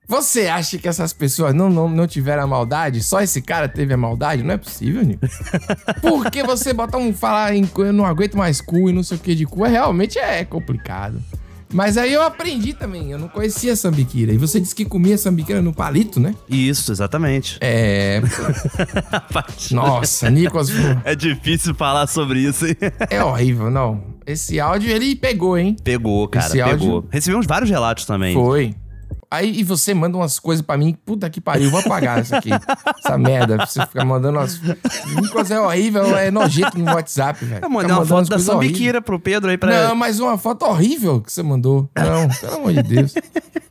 [SPEAKER 1] Você acha que essas pessoas não, não, não tiveram a maldade? Só esse cara teve a maldade? Não é possível, Nico. Por que você botar um falar em cu, eu não aguento mais cu e não sei o que de cu? É, realmente é complicado. Mas aí eu aprendi também, eu não conhecia sambiquira. E você disse que comia sambiquira no palito, né?
[SPEAKER 2] Isso, exatamente.
[SPEAKER 1] É. Nossa, Nicolas.
[SPEAKER 2] É difícil falar sobre isso, hein?
[SPEAKER 1] É horrível, não. Esse áudio ele pegou, hein?
[SPEAKER 2] Pegou, cara,
[SPEAKER 1] Esse
[SPEAKER 2] pegou.
[SPEAKER 1] áudio-
[SPEAKER 2] Recebemos vários relatos também.
[SPEAKER 1] Foi. Aí e você manda umas coisas pra mim, puta que pariu, vou apagar isso aqui. Essa merda, você fica mandando umas. Nicolas é horrível, é nojento no WhatsApp, velho.
[SPEAKER 2] Eu mandei
[SPEAKER 1] Fica
[SPEAKER 2] uma
[SPEAKER 1] mandando
[SPEAKER 2] foto
[SPEAKER 1] umas
[SPEAKER 2] da
[SPEAKER 1] coisas horríveis.
[SPEAKER 2] sambiqueira pro Pedro aí pra...
[SPEAKER 1] Não, mas uma foto horrível que você mandou. Não, pelo amor de Deus.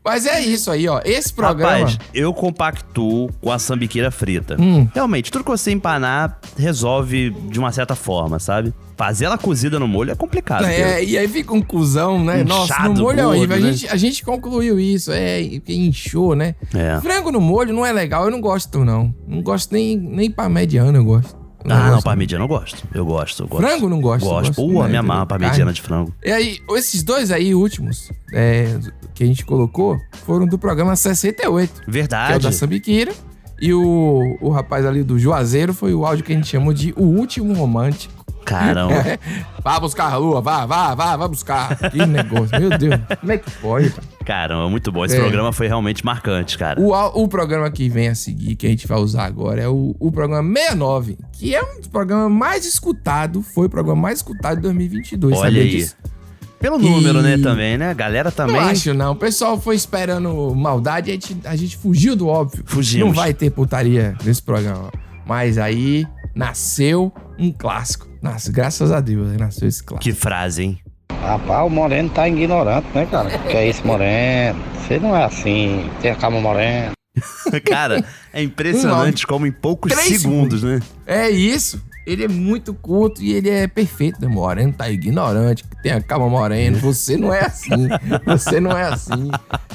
[SPEAKER 1] Mas é isso aí, ó. Esse programa.
[SPEAKER 2] Rapaz, eu compactuo com a sambiqueira frita.
[SPEAKER 1] Hum.
[SPEAKER 2] Realmente, tudo que você empanar resolve de uma certa forma, sabe? Fazer ela cozida no molho é complicado.
[SPEAKER 1] É,
[SPEAKER 2] Pedro.
[SPEAKER 1] e aí fica um cuzão, né? Nossa, no
[SPEAKER 2] Inchado,
[SPEAKER 1] molho é horrível.
[SPEAKER 2] gordo,
[SPEAKER 1] A,
[SPEAKER 2] né?
[SPEAKER 1] gente, a gente concluiu isso, é, que inchou, né?
[SPEAKER 2] É.
[SPEAKER 1] Frango no molho não é legal, eu não gosto, não. Não gosto nem, nem pra mediana, eu gosto. Eu
[SPEAKER 2] ah, não,
[SPEAKER 1] gosto.
[SPEAKER 2] parmegiana eu gosto. Eu gosto, eu gosto.
[SPEAKER 1] Frango não gosto, eu
[SPEAKER 2] Gosto.
[SPEAKER 1] gosto,
[SPEAKER 2] Pô,
[SPEAKER 1] né,
[SPEAKER 2] me amarra
[SPEAKER 1] entendeu?
[SPEAKER 2] parmegiana de frango.
[SPEAKER 1] E aí, esses dois aí últimos é, que a gente colocou foram do programa 68. Que é o
[SPEAKER 2] Verdade.
[SPEAKER 1] da Sambiqueira. E o, o rapaz ali do Juazeiro foi o áudio que a gente chamou de O Último Romântico.
[SPEAKER 2] Caramba.
[SPEAKER 1] É. vá buscar a lua, vá, vá, vá, vá buscar. Que negócio, meu Deus. Como é que pode, cara?
[SPEAKER 2] Caramba, muito bom. Esse
[SPEAKER 1] É.
[SPEAKER 2] programa foi realmente marcante, cara.
[SPEAKER 1] O, au- o programa que vem a seguir, que a gente vai usar agora, é o, o programa 69, que é um dos programas mais escutados, foi o programa mais escutado de 2022,
[SPEAKER 2] Olha
[SPEAKER 1] sabia
[SPEAKER 2] aí.
[SPEAKER 1] disso?
[SPEAKER 2] Pelo número,
[SPEAKER 1] E-
[SPEAKER 2] né, também, né? A galera também.
[SPEAKER 1] Não acho, não. O pessoal foi esperando maldade e a gente, a gente fugiu do óbvio.
[SPEAKER 2] Fugimos.
[SPEAKER 1] Não vai ter putaria nesse programa. Mas aí nasceu um clássico. Nossa, graças a Deus, aí nasceu esse clássico.
[SPEAKER 2] Que frase, hein?
[SPEAKER 5] Rapaz, o Moreno tá ignorante, né, cara? Que é isso, Moreno? Você não é assim. Tem a calma, Moreno.
[SPEAKER 2] Cara, é impressionante como em poucos
[SPEAKER 1] Três
[SPEAKER 2] segundos, né?
[SPEAKER 1] É isso. Ele é muito culto e ele é perfeito. Né? Moreno tá ignorante. Tem a calma, Moreno. Você não é assim. Você não é assim.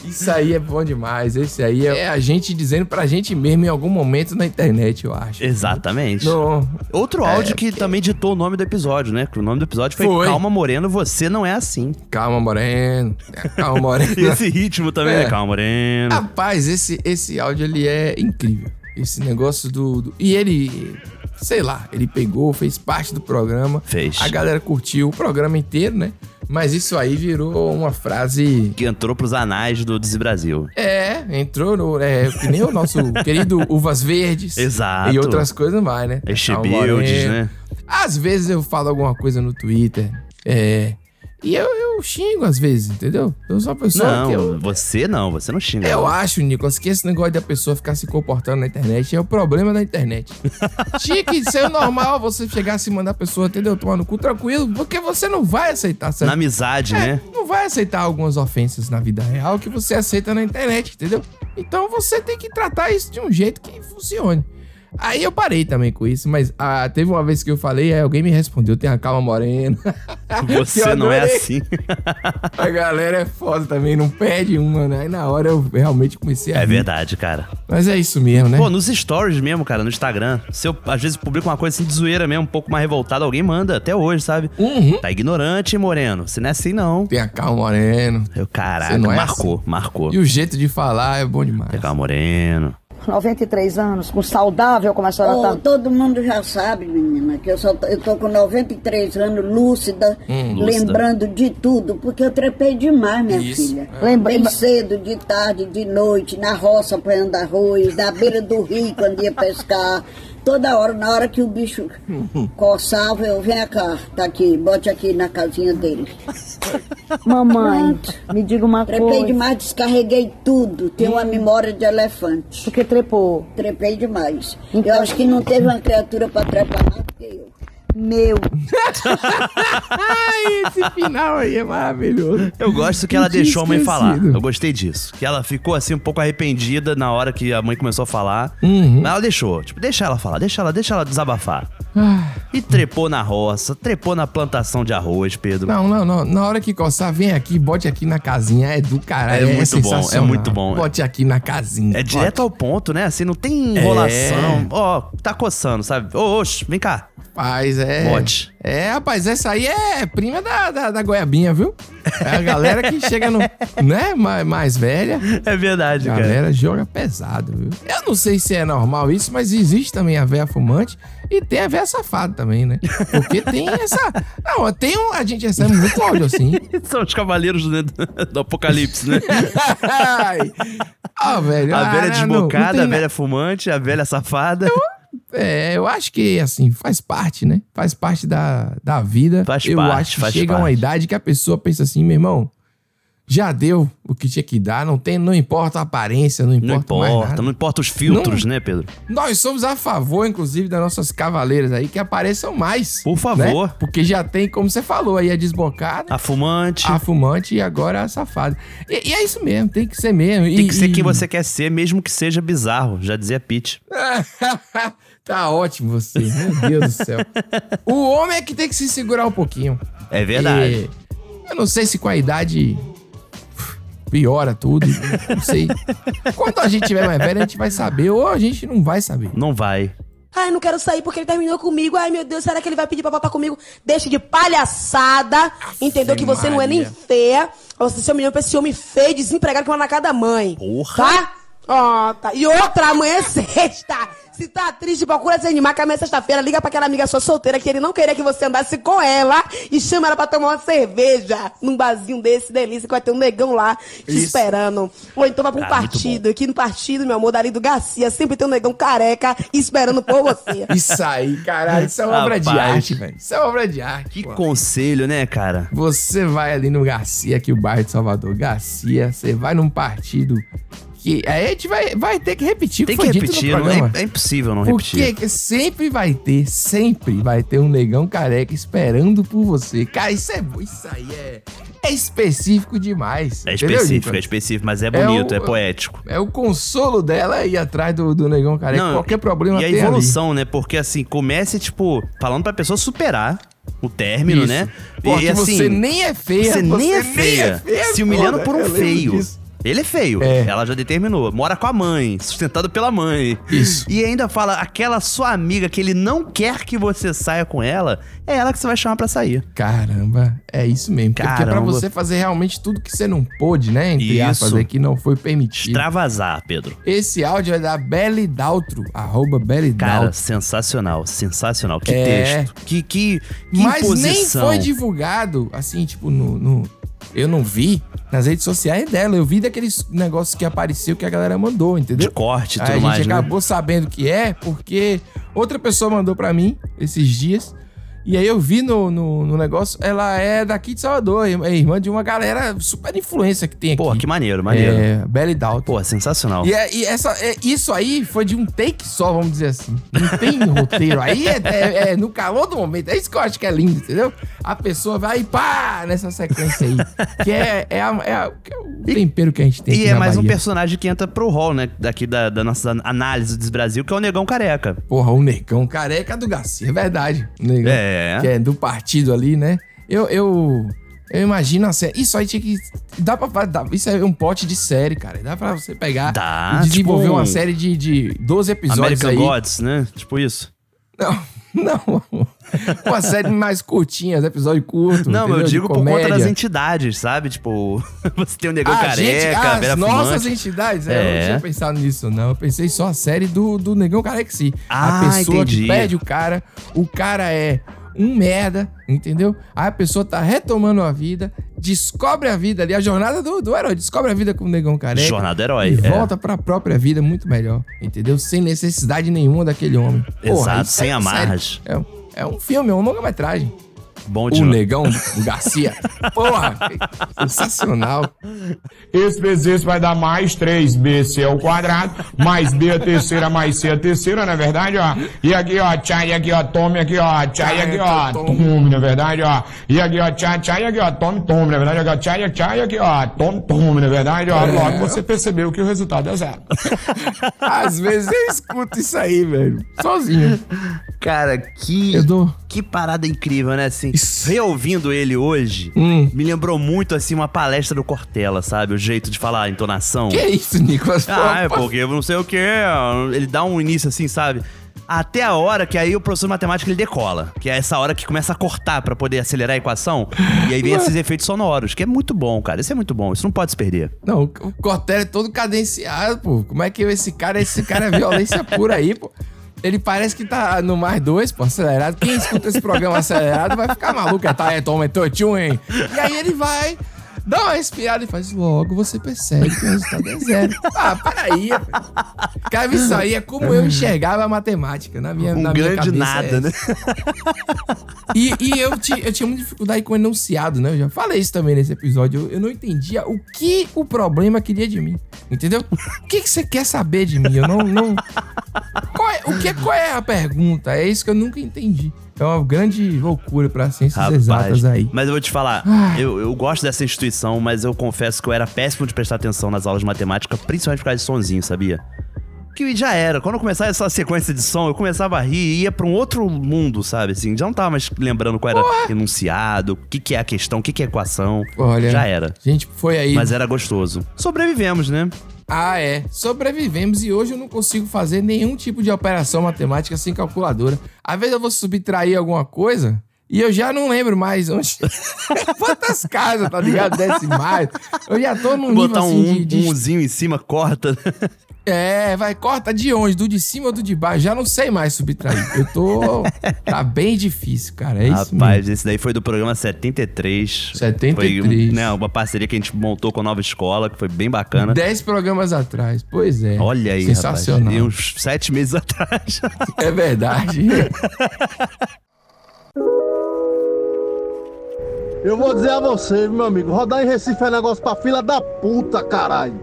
[SPEAKER 1] Isso aí é bom demais. Esse aí é a gente dizendo pra gente mesmo em algum momento na internet, eu acho.
[SPEAKER 2] Exatamente.
[SPEAKER 1] Não.
[SPEAKER 2] Outro
[SPEAKER 1] É,
[SPEAKER 2] áudio que também ditou o nome do episódio, né? Que o nome do episódio foi,
[SPEAKER 1] Foi.
[SPEAKER 2] Calma Moreno, você não é assim.
[SPEAKER 1] Calma Moreno. Calma Moreno.
[SPEAKER 2] E esse ritmo também,
[SPEAKER 1] É.
[SPEAKER 2] né? Calma Moreno.
[SPEAKER 1] Rapaz, esse, esse áudio ele é incrível. Esse negócio do, do- E ele, sei lá, ele pegou, fez parte do programa.
[SPEAKER 2] Fez.
[SPEAKER 1] A galera curtiu o programa inteiro, né? Mas isso aí virou uma frase.
[SPEAKER 2] Que entrou pros anais do Desi Brasil.
[SPEAKER 1] É, entrou no. É, que nem o nosso querido Uvas Verdes.
[SPEAKER 2] Exato.
[SPEAKER 1] E outras coisas mais, né?
[SPEAKER 2] Este
[SPEAKER 1] Calma
[SPEAKER 2] Builds,
[SPEAKER 1] Moreno.
[SPEAKER 2] né?
[SPEAKER 1] Às vezes eu falo alguma coisa no Twitter. É. E eu, eu xingo às vezes, entendeu? Eu sou uma pessoa
[SPEAKER 2] não,
[SPEAKER 1] que eu.
[SPEAKER 2] você não, você não xinga.
[SPEAKER 1] Eu acho, Nicolas, que esse negócio da pessoa ficar se comportando na internet é o problema da internet. Tinha que ser normal você chegar a se mandar a pessoa, entendeu? Tomar no cu tranquilo, porque você não vai aceitar certo?
[SPEAKER 2] Na amizade, né?
[SPEAKER 1] É, Não vai aceitar algumas ofensas na vida real que você aceita na internet, entendeu? Então você tem que tratar isso de um jeito que funcione. Aí eu parei também com isso, mas ah, teve uma vez que eu falei, aí alguém me respondeu, tem a calma morena.
[SPEAKER 2] Você
[SPEAKER 1] Eu
[SPEAKER 2] não é
[SPEAKER 1] adorei.
[SPEAKER 2] assim.
[SPEAKER 1] A galera é foda também, não perde uma, né? Aí na hora eu realmente comecei a.
[SPEAKER 2] É
[SPEAKER 1] rir.
[SPEAKER 2] verdade, cara.
[SPEAKER 1] Mas é isso mesmo, né?
[SPEAKER 2] Pô, nos stories mesmo, cara, no Instagram. Se eu, às vezes, publico uma coisa assim de zoeira mesmo, um pouco mais revoltada, alguém manda, até hoje, sabe?
[SPEAKER 1] Um?
[SPEAKER 2] Tá ignorante, Moreno. Você não é assim, não.
[SPEAKER 1] Tem a Uhum. calma, Moreno.
[SPEAKER 2] Eu, caraca,
[SPEAKER 1] Você não é
[SPEAKER 2] marcou, marcou.
[SPEAKER 1] E o jeito de falar é bom demais.
[SPEAKER 2] Tem a calma, Moreno.
[SPEAKER 13] 93 anos, com saudável como a senhora
[SPEAKER 8] Ô,
[SPEAKER 13] tá.
[SPEAKER 8] Todo mundo já sabe, menina, que eu, só, tô- eu tô com 93 anos, lúcida,
[SPEAKER 13] Hum, lúcida.
[SPEAKER 8] lembrando de tudo, porque eu trepei demais, minha
[SPEAKER 13] Isso,
[SPEAKER 8] filha.
[SPEAKER 13] é. Lembrei-
[SPEAKER 8] Bem cedo, de tarde, de noite, na roça apanhando arroz, na beira do rio quando ia pescar. Toda hora, na hora que o bicho coçava, eu venho cá, tá aqui, bote aqui na casinha dele.
[SPEAKER 13] Mamãe, me diga uma
[SPEAKER 8] Trepei
[SPEAKER 13] coisa.
[SPEAKER 8] demais, descarreguei tudo. Tenho uma
[SPEAKER 13] Hum.
[SPEAKER 8] memória de elefante.
[SPEAKER 13] Porque trepou.
[SPEAKER 8] Trepei demais. Eu acho que não teve uma criatura pra trepar mais do que eu.
[SPEAKER 13] Meu.
[SPEAKER 1] Ai, esse final aí é maravilhoso.
[SPEAKER 2] Eu gosto que ela
[SPEAKER 1] Ah, Eu tinha
[SPEAKER 2] deixou a mãe falar.
[SPEAKER 1] esquecido.
[SPEAKER 2] Eu gostei disso. Que ela ficou assim um pouco arrependida na hora que a mãe começou a falar.
[SPEAKER 1] Uhum.
[SPEAKER 2] Mas ela deixou. Tipo, deixa ela falar, deixa ela, deixa ela desabafar.
[SPEAKER 1] Ah.
[SPEAKER 2] E trepou na roça, trepou na plantação de arroz, Pedro.
[SPEAKER 1] Não, não, não. Na hora que coçar, vem aqui, bote aqui na casinha. É do caralho.
[SPEAKER 2] É muito bom, é
[SPEAKER 1] sensacional.
[SPEAKER 2] muito bom.
[SPEAKER 1] Bote aqui na casinha.
[SPEAKER 2] É direto ao ponto, né? Assim, não tem
[SPEAKER 1] É.
[SPEAKER 2] enrolação. Ó, tá coçando, sabe? Ô, oxe, vem cá.
[SPEAKER 1] Rapaz, é.
[SPEAKER 2] Bote.
[SPEAKER 1] É, rapaz, essa aí é prima da, da, da goiabinha, viu? É a galera que chega no. né? Mais, mais velha.
[SPEAKER 2] É verdade,
[SPEAKER 1] A
[SPEAKER 2] cara.
[SPEAKER 1] galera joga pesado, viu? Eu não sei se é normal isso, mas existe também a véia fumante e tem a véia safada também, né? Porque tem essa. Não, tem um. A gente recebe muito ódio assim.
[SPEAKER 2] São os cavaleiros do, do apocalipse, né?
[SPEAKER 1] Ai. Ah, velho.
[SPEAKER 2] A
[SPEAKER 1] ah,
[SPEAKER 2] velha
[SPEAKER 1] não, não
[SPEAKER 2] desbocada,
[SPEAKER 1] tem
[SPEAKER 2] a velha fumante, a velha safada.
[SPEAKER 1] É, eu acho que, assim, faz parte, né? Faz parte da, da vida. Faz eu
[SPEAKER 2] parte,
[SPEAKER 1] acho que
[SPEAKER 2] faz
[SPEAKER 1] chega
[SPEAKER 2] parte.
[SPEAKER 1] uma idade que a pessoa pensa assim, meu irmão, já deu o que tinha que dar, não tem, não importa a aparência, não importa,
[SPEAKER 2] Não
[SPEAKER 1] mais nada.
[SPEAKER 2] importa, não importa os filtros, né, Pedro?
[SPEAKER 1] Nós somos a favor, inclusive, das nossas cavaleiras aí, que apareçam mais. Por
[SPEAKER 2] favor.
[SPEAKER 1] Porque já tem, como você falou, aí a desbocada,
[SPEAKER 2] A fumante.
[SPEAKER 1] a fumante e agora a safada. E, e é isso mesmo, tem que ser mesmo.
[SPEAKER 2] Tem que ser quem você quer ser, mesmo que seja bizarro, já dizia Pete.
[SPEAKER 1] Tá ótimo você, meu Deus do céu. O homem é que tem que se segurar um pouquinho.
[SPEAKER 2] É verdade.
[SPEAKER 1] E eu não sei se com a idade piora tudo, não sei. Quando a gente tiver mais velho, a gente vai saber ou a gente não vai saber.
[SPEAKER 2] Não vai.
[SPEAKER 15] Ai, não quero sair porque ele terminou comigo. Ai, meu Deus, será que ele vai pedir pra papar comigo? Deixa de palhaçada. entendeu que você não é nem
[SPEAKER 16] Maria.
[SPEAKER 15] feia. Você se humilhou pra esse homem feio, desempregado, que mora na casa da mãe.
[SPEAKER 2] Porra.
[SPEAKER 15] Tá? Ó, tá. E outra, amanhã é sexta. Se tá triste, procura se animar, que amanhã é sexta-feira. Liga pra aquela amiga sua solteira que ele não queria que você andasse com ela. E chama ela pra tomar uma cerveja. Num barzinho desse, delícia, que vai ter um negão lá te
[SPEAKER 16] Isso.
[SPEAKER 15] esperando. Ou então vai pra um
[SPEAKER 16] Cara, muito bom.
[SPEAKER 15] partido partido, aqui no partido, meu amor, dali do Garcia, sempre tem um negão careca esperando por você.
[SPEAKER 1] Isso aí, caralho, isso é uma obra de
[SPEAKER 2] Rapaz.
[SPEAKER 1] arte, velho. Isso é uma obra de arte.
[SPEAKER 2] Que
[SPEAKER 1] pô.
[SPEAKER 2] conselho, né, cara?
[SPEAKER 1] Você vai ali no Garcia, aqui o bairro de Salvador, Garcia, você vai num partido que aí a gente vai, vai ter que repetir o
[SPEAKER 2] Tem
[SPEAKER 1] que
[SPEAKER 2] que
[SPEAKER 1] foi dito no
[SPEAKER 2] repetir, não
[SPEAKER 1] programa.
[SPEAKER 2] é, é impossível não
[SPEAKER 1] Porque
[SPEAKER 2] repetir.
[SPEAKER 1] que sempre vai ter, sempre vai ter um negão careca esperando por você. Cara, isso é bom, isso aí é, é específico demais.
[SPEAKER 2] É
[SPEAKER 1] entendeu,
[SPEAKER 2] específico, é
[SPEAKER 1] Nicolas?
[SPEAKER 2] específico, mas é bonito,
[SPEAKER 1] o-
[SPEAKER 2] é poético.
[SPEAKER 1] É o consolo dela é ir atrás do, do negão careca.
[SPEAKER 2] Não,
[SPEAKER 1] Qualquer problema
[SPEAKER 2] E a
[SPEAKER 1] tem ali.
[SPEAKER 2] evolução, né? Porque assim, comece, tipo, falando pra pessoa superar o término,
[SPEAKER 1] Isso.
[SPEAKER 2] né?
[SPEAKER 1] Pô, que você nem é feia,
[SPEAKER 2] Você,
[SPEAKER 1] você
[SPEAKER 2] nem é
[SPEAKER 1] nem
[SPEAKER 2] feia.
[SPEAKER 1] é feia,
[SPEAKER 2] se humilhando
[SPEAKER 1] foda,
[SPEAKER 2] por um
[SPEAKER 1] eu lembro
[SPEAKER 2] feio.
[SPEAKER 1] disso.
[SPEAKER 2] Ele é feio. Ela já determinou. Mora com a mãe, sustentado pela mãe.
[SPEAKER 1] Isso.
[SPEAKER 2] E ainda fala, aquela sua amiga que ele não quer que você saia com ela, é ela que você vai chamar pra sair.
[SPEAKER 1] Caramba, é isso mesmo. Porque pra
[SPEAKER 2] Caramba.
[SPEAKER 1] você fazer realmente tudo que você não pôde, né? Entre
[SPEAKER 2] Isso.
[SPEAKER 1] aspas, aí, que não foi permitido.
[SPEAKER 2] Extravasar, Pedro.
[SPEAKER 1] Esse áudio é da Belly Daltro, arroba Belly
[SPEAKER 2] Cara,
[SPEAKER 1] Daltro.
[SPEAKER 2] sensacional, sensacional. Que
[SPEAKER 1] É.
[SPEAKER 2] texto. Que, que, que
[SPEAKER 1] Mas nem
[SPEAKER 2] imposição.
[SPEAKER 1] foi divulgado, assim, tipo, no, no- Eu não vi nas redes sociais dela. Eu vi daqueles negócios que apareceu que a galera mandou, entendeu?
[SPEAKER 2] De corte e
[SPEAKER 1] Aí a
[SPEAKER 2] tudo
[SPEAKER 1] gente
[SPEAKER 2] mais, né?
[SPEAKER 1] acabou sabendo que é, porque outra pessoa mandou pra mim esses dias. E aí eu vi no, no, no negócio, ela é daqui de Salvador, é irmã de uma galera super influência que tem aqui.
[SPEAKER 2] Pô, que maneiro, maneiro.
[SPEAKER 1] É, Belly Dalton.
[SPEAKER 2] Pô, sensacional.
[SPEAKER 1] E, é- e essa, é- isso aí foi de um take só, vamos dizer assim. Não tem roteiro. Aí é, é- é no calor do momento. É isso que eu acho que é lindo, entendeu? A pessoa vai e pá nessa sequência aí. Que é, é, a- é a- que é o tempero que a gente tem
[SPEAKER 2] E
[SPEAKER 1] aqui
[SPEAKER 2] é
[SPEAKER 1] na
[SPEAKER 2] mais um
[SPEAKER 1] Bahia.
[SPEAKER 2] personagem que entra pro hall, né? Daqui da, da nossa análise do Brasil, que é o Negão Careca.
[SPEAKER 1] Porra, o Negão Careca do Garcia, é verdade. O Negão,
[SPEAKER 2] É.
[SPEAKER 1] Que é do partido ali, né? Eu, eu, eu imagino a série. Isso aí tinha que. Dá pra, fa- dá- isso é um pote de série, cara. Dá pra você pegar
[SPEAKER 2] Dá,
[SPEAKER 1] e desenvolver
[SPEAKER 2] tipo um-
[SPEAKER 1] uma série de, de 12 episódios
[SPEAKER 2] American
[SPEAKER 1] aí.
[SPEAKER 2] Gods, né? Tipo isso.
[SPEAKER 1] Uma série mais curtinha, episódio curto.
[SPEAKER 2] Não,
[SPEAKER 1] entendeu?
[SPEAKER 2] eu
[SPEAKER 1] De
[SPEAKER 2] digo por
[SPEAKER 1] comédia.
[SPEAKER 2] conta das entidades, sabe? Tipo, você tem o Negão
[SPEAKER 1] Ah,
[SPEAKER 2] Careca,
[SPEAKER 1] gente,
[SPEAKER 2] a Vera
[SPEAKER 1] as nossas
[SPEAKER 2] Fumante.
[SPEAKER 1] entidades, é, eu não
[SPEAKER 2] É.
[SPEAKER 1] tinha pensado nisso, não. Eu pensei só a série do, do Negão Careca, sim.
[SPEAKER 2] Ah,
[SPEAKER 1] a pessoa
[SPEAKER 2] entendi.
[SPEAKER 1] pede o cara, o cara é um merda, entendeu? Aí a pessoa tá retomando a vida, descobre a vida ali, a jornada do, do herói, descobre a vida com o Negão Careca.
[SPEAKER 2] Jornada do herói,
[SPEAKER 1] E
[SPEAKER 2] é.
[SPEAKER 1] volta pra própria vida muito melhor, entendeu? Sem necessidade nenhuma daquele homem.
[SPEAKER 2] Exato,
[SPEAKER 1] isso
[SPEAKER 2] sem
[SPEAKER 1] é
[SPEAKER 2] amarras.
[SPEAKER 1] sério. É, é um filme, é uma longa-metragem.
[SPEAKER 2] Bom
[SPEAKER 1] O
[SPEAKER 2] demais.
[SPEAKER 1] Negão Garcia. Porra, sensacional.
[SPEAKER 16] Esse vezes esse vai dar mais 3bc ao quadrado, mais b a terceira, mais c a terceira, na verdade, ó. E aqui, ó, tchá, e aqui, ó, tome, aqui, ó, tchá, e aqui, ó, tome, na verdade, ó. E aqui, ó, tchá, tchá, e aqui, ó, tome, tome, na verdade, ó, tchá, e tchá, e aqui, ó, tome, tome, na verdade, ó. Logo você percebeu que o resultado é zero.
[SPEAKER 1] Às vezes eu escuto isso aí, velho. Sozinho.
[SPEAKER 2] Cara, que. Que parada incrível, né? Assim, reouvindo ele hoje,
[SPEAKER 1] Hum.
[SPEAKER 2] me lembrou muito, assim, uma palestra do Cortella, sabe? O jeito de falar, a entonação.
[SPEAKER 1] Que isso, Nicolas?
[SPEAKER 2] Ah, é porque eu não sei o quê. Ele dá um início assim, sabe? Até a hora que aí o professor de matemática ele decola. Que é essa hora que começa a cortar pra poder acelerar a equação. E aí vem esses efeitos sonoros, que é muito bom, cara. Isso é muito bom. Isso não pode se perder.
[SPEAKER 1] Não, o Cortella é todo cadenciado, pô. Como é que eu- esse cara, esse cara é violência pura aí, pô. Ele parece que tá no mais dois, pô, acelerado. Quem escuta esse programa acelerado vai ficar maluco. É, tá, é, toma, é, tô, tchum, hein? E aí ele vai, dá uma respirada e faz logo, você percebe que o resultado é zero. Ah, peraí. velho. Cara, isso aí é como eu enxergava a matemática na minha,
[SPEAKER 2] Um
[SPEAKER 1] na minha
[SPEAKER 2] grande
[SPEAKER 1] cabeça.
[SPEAKER 2] nada,
[SPEAKER 1] é.
[SPEAKER 2] né?
[SPEAKER 1] E, e eu, ti- eu tinha muita dificuldade com o enunciado, né? Eu já falei isso também nesse episódio. Eu, eu não entendia o que o problema queria de mim. Entendeu? O que, que você quer saber de mim? Eu não. não... Qual é- o que, qual é a pergunta? É isso que eu nunca entendi. É uma grande loucura pra ciências exatas aí.
[SPEAKER 2] Mas eu vou te falar,
[SPEAKER 1] Ah.
[SPEAKER 2] eu, eu gosto dessa instituição, mas eu confesso que eu era péssimo de prestar atenção nas aulas de matemática, principalmente por causa de sonzinho, sabia? Que já era. Quando eu começava essa sequência de som, eu começava a rir e ia pra um outro mundo, sabe? Assim, já não tava mais lembrando qual era enunciado, o que, que é a questão, o que, que é a equação.
[SPEAKER 1] Olha,
[SPEAKER 2] Já é. era.
[SPEAKER 1] Gente, foi aí.
[SPEAKER 2] Mas era gostoso. Sobrevivemos, né?
[SPEAKER 1] Ah, é. Sobrevivemos e hoje eu não consigo fazer nenhum tipo de operação matemática sem calculadora. Às vezes eu vou subtrair alguma coisa e eu já não lembro mais onde. Quantas casas, tá ligado? Decimais. Eu já tô num nível
[SPEAKER 2] Botar um,
[SPEAKER 1] assim de, de
[SPEAKER 2] um- umzinho em cima, corta.
[SPEAKER 1] é, vai, corta de onde? Do de cima ou do de baixo? Já não sei mais subtrair. Eu tô. Tá bem difícil, cara. É isso mesmo.
[SPEAKER 2] Rapaz, esse daí foi do programa 73.
[SPEAKER 1] 73.
[SPEAKER 2] Foi né, uma parceria que a gente montou com a nova escola, que foi bem bacana.
[SPEAKER 1] Dez programas atrás. Pois é.
[SPEAKER 2] Olha aí,
[SPEAKER 1] Sensacional.
[SPEAKER 2] rapaz. E uns sete meses atrás.
[SPEAKER 1] É verdade.
[SPEAKER 17] Eu vou dizer a você, meu amigo, rodar em Recife é negócio pra fila da puta, caralho.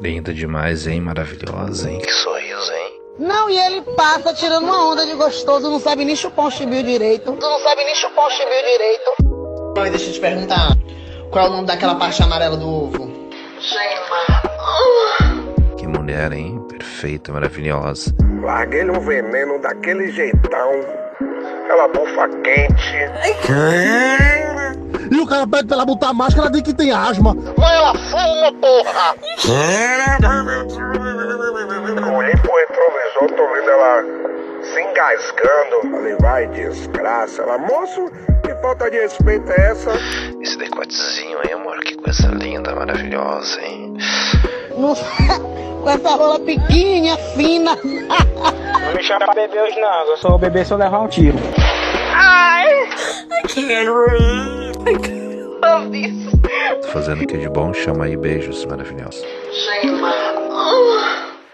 [SPEAKER 18] Linda demais, hein? Maravilhosa, hein? Que sorriso, hein?
[SPEAKER 19] Não, e ele passa tirando uma onda de gostoso, não sabe nem chupar um chibio direito. Tu não sabe nem chupar um chibio direito. Mas deixa eu te perguntar, qual é o nome daquela parte amarela do ovo?
[SPEAKER 18] Que mulher, hein? Perfeita, maravilhosa.
[SPEAKER 20] Larguei-lhe um veneno daquele jeitão. Ela bufa quente.
[SPEAKER 17] E o cara pede pra ela botar máscara, diz que tem asma.
[SPEAKER 19] Vai lá, fuma, porra!
[SPEAKER 20] Olhei pro retrovisor, tô vendo ela se engasgando. Falei, vai, desgraça. Ela, moço, que falta de respeito é essa?
[SPEAKER 18] Esse decotezinho, hein, amor? Que coisa linda, maravilhosa, hein?
[SPEAKER 19] Não Com essa rola pequenininha, fina. Não me chama pra beber hoje, não. Eu sou beber se eu levar um tiro. Ai! I can't read. I can't love this.
[SPEAKER 18] Tô fazendo o que de bom? Chama aí beijos, maravilhosa.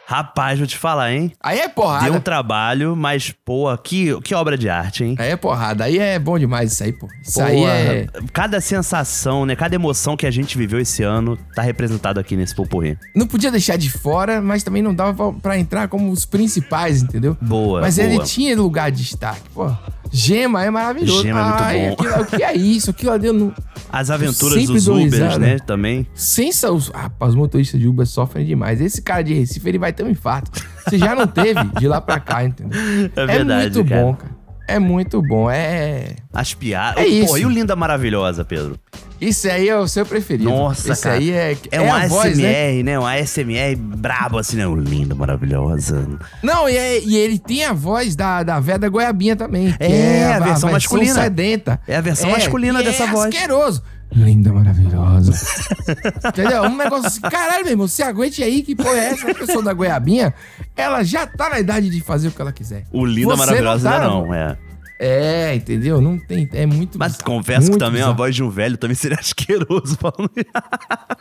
[SPEAKER 2] Rapaz, vou te falar, hein?
[SPEAKER 1] Aí é porrada.
[SPEAKER 2] Deu um trabalho, mas, pô, que, que obra de arte, hein?
[SPEAKER 1] Aí é porrada. Aí é bom demais isso aí, pô. Isso aí é.
[SPEAKER 2] Cada sensação, né? Cada emoção que a gente viveu esse ano tá representado aqui nesse Pupurri.
[SPEAKER 1] Não podia deixar de fora, mas também não dava pra- pra entrar como os principais, entendeu?
[SPEAKER 2] Boa,
[SPEAKER 1] Mas ele
[SPEAKER 2] boa.
[SPEAKER 1] tinha lugar de destaque, pô. Gema é maravilhoso.
[SPEAKER 2] Gema é muito
[SPEAKER 1] Ai,
[SPEAKER 2] bom.
[SPEAKER 1] aquilo- o que é isso? Aquilo ali eu não...
[SPEAKER 2] As aventuras
[SPEAKER 1] Sempre
[SPEAKER 2] dos
[SPEAKER 1] dou
[SPEAKER 2] Ubers,
[SPEAKER 1] risada.
[SPEAKER 2] né? Também.
[SPEAKER 1] Sem saúde. Rapaz, os motoristas de Uber sofrem demais. Esse cara de Recife, ele vai ter um infarto. Você já não teve de lá pra cá, entendeu?
[SPEAKER 2] É verdade,
[SPEAKER 1] muito
[SPEAKER 2] cara.
[SPEAKER 1] bom, cara. É muito bom. É.
[SPEAKER 2] As piadas.
[SPEAKER 1] É
[SPEAKER 2] Pô,
[SPEAKER 1] isso.
[SPEAKER 2] e o Linda Maravilhosa, Pedro?
[SPEAKER 1] Isso aí é o seu preferido.
[SPEAKER 2] Nossa,
[SPEAKER 1] Isso
[SPEAKER 2] cara.
[SPEAKER 1] aí é.
[SPEAKER 2] É um
[SPEAKER 1] a
[SPEAKER 2] ASMR,
[SPEAKER 1] voz, né?
[SPEAKER 2] né? Um ASMR brabo, assim, né? O Linda Maravilhosa.
[SPEAKER 1] Não, e, é- e ele tem a voz da, da véia da Goiabinha também. que
[SPEAKER 2] É, a versão masculina.
[SPEAKER 1] Sedenta.
[SPEAKER 2] É a versão masculina
[SPEAKER 1] e
[SPEAKER 2] dessa
[SPEAKER 1] é
[SPEAKER 2] voz.
[SPEAKER 1] asqueroso. Linda, maravilhosa. Entendeu? Um negócio assim, caralho, meu irmão, você aguente aí que porra é essa? A pessoa da Goiabinha, ela já tá na idade de fazer o que ela quiser.
[SPEAKER 2] O Linda
[SPEAKER 1] Você
[SPEAKER 2] Maravilhosa
[SPEAKER 1] tá,
[SPEAKER 2] ainda não, é.
[SPEAKER 1] É, entendeu? Não tem, é muito
[SPEAKER 2] Mas confesso que
[SPEAKER 1] muito
[SPEAKER 2] também a
[SPEAKER 1] bizarro.
[SPEAKER 2] voz de um velho também seria asqueroso falando.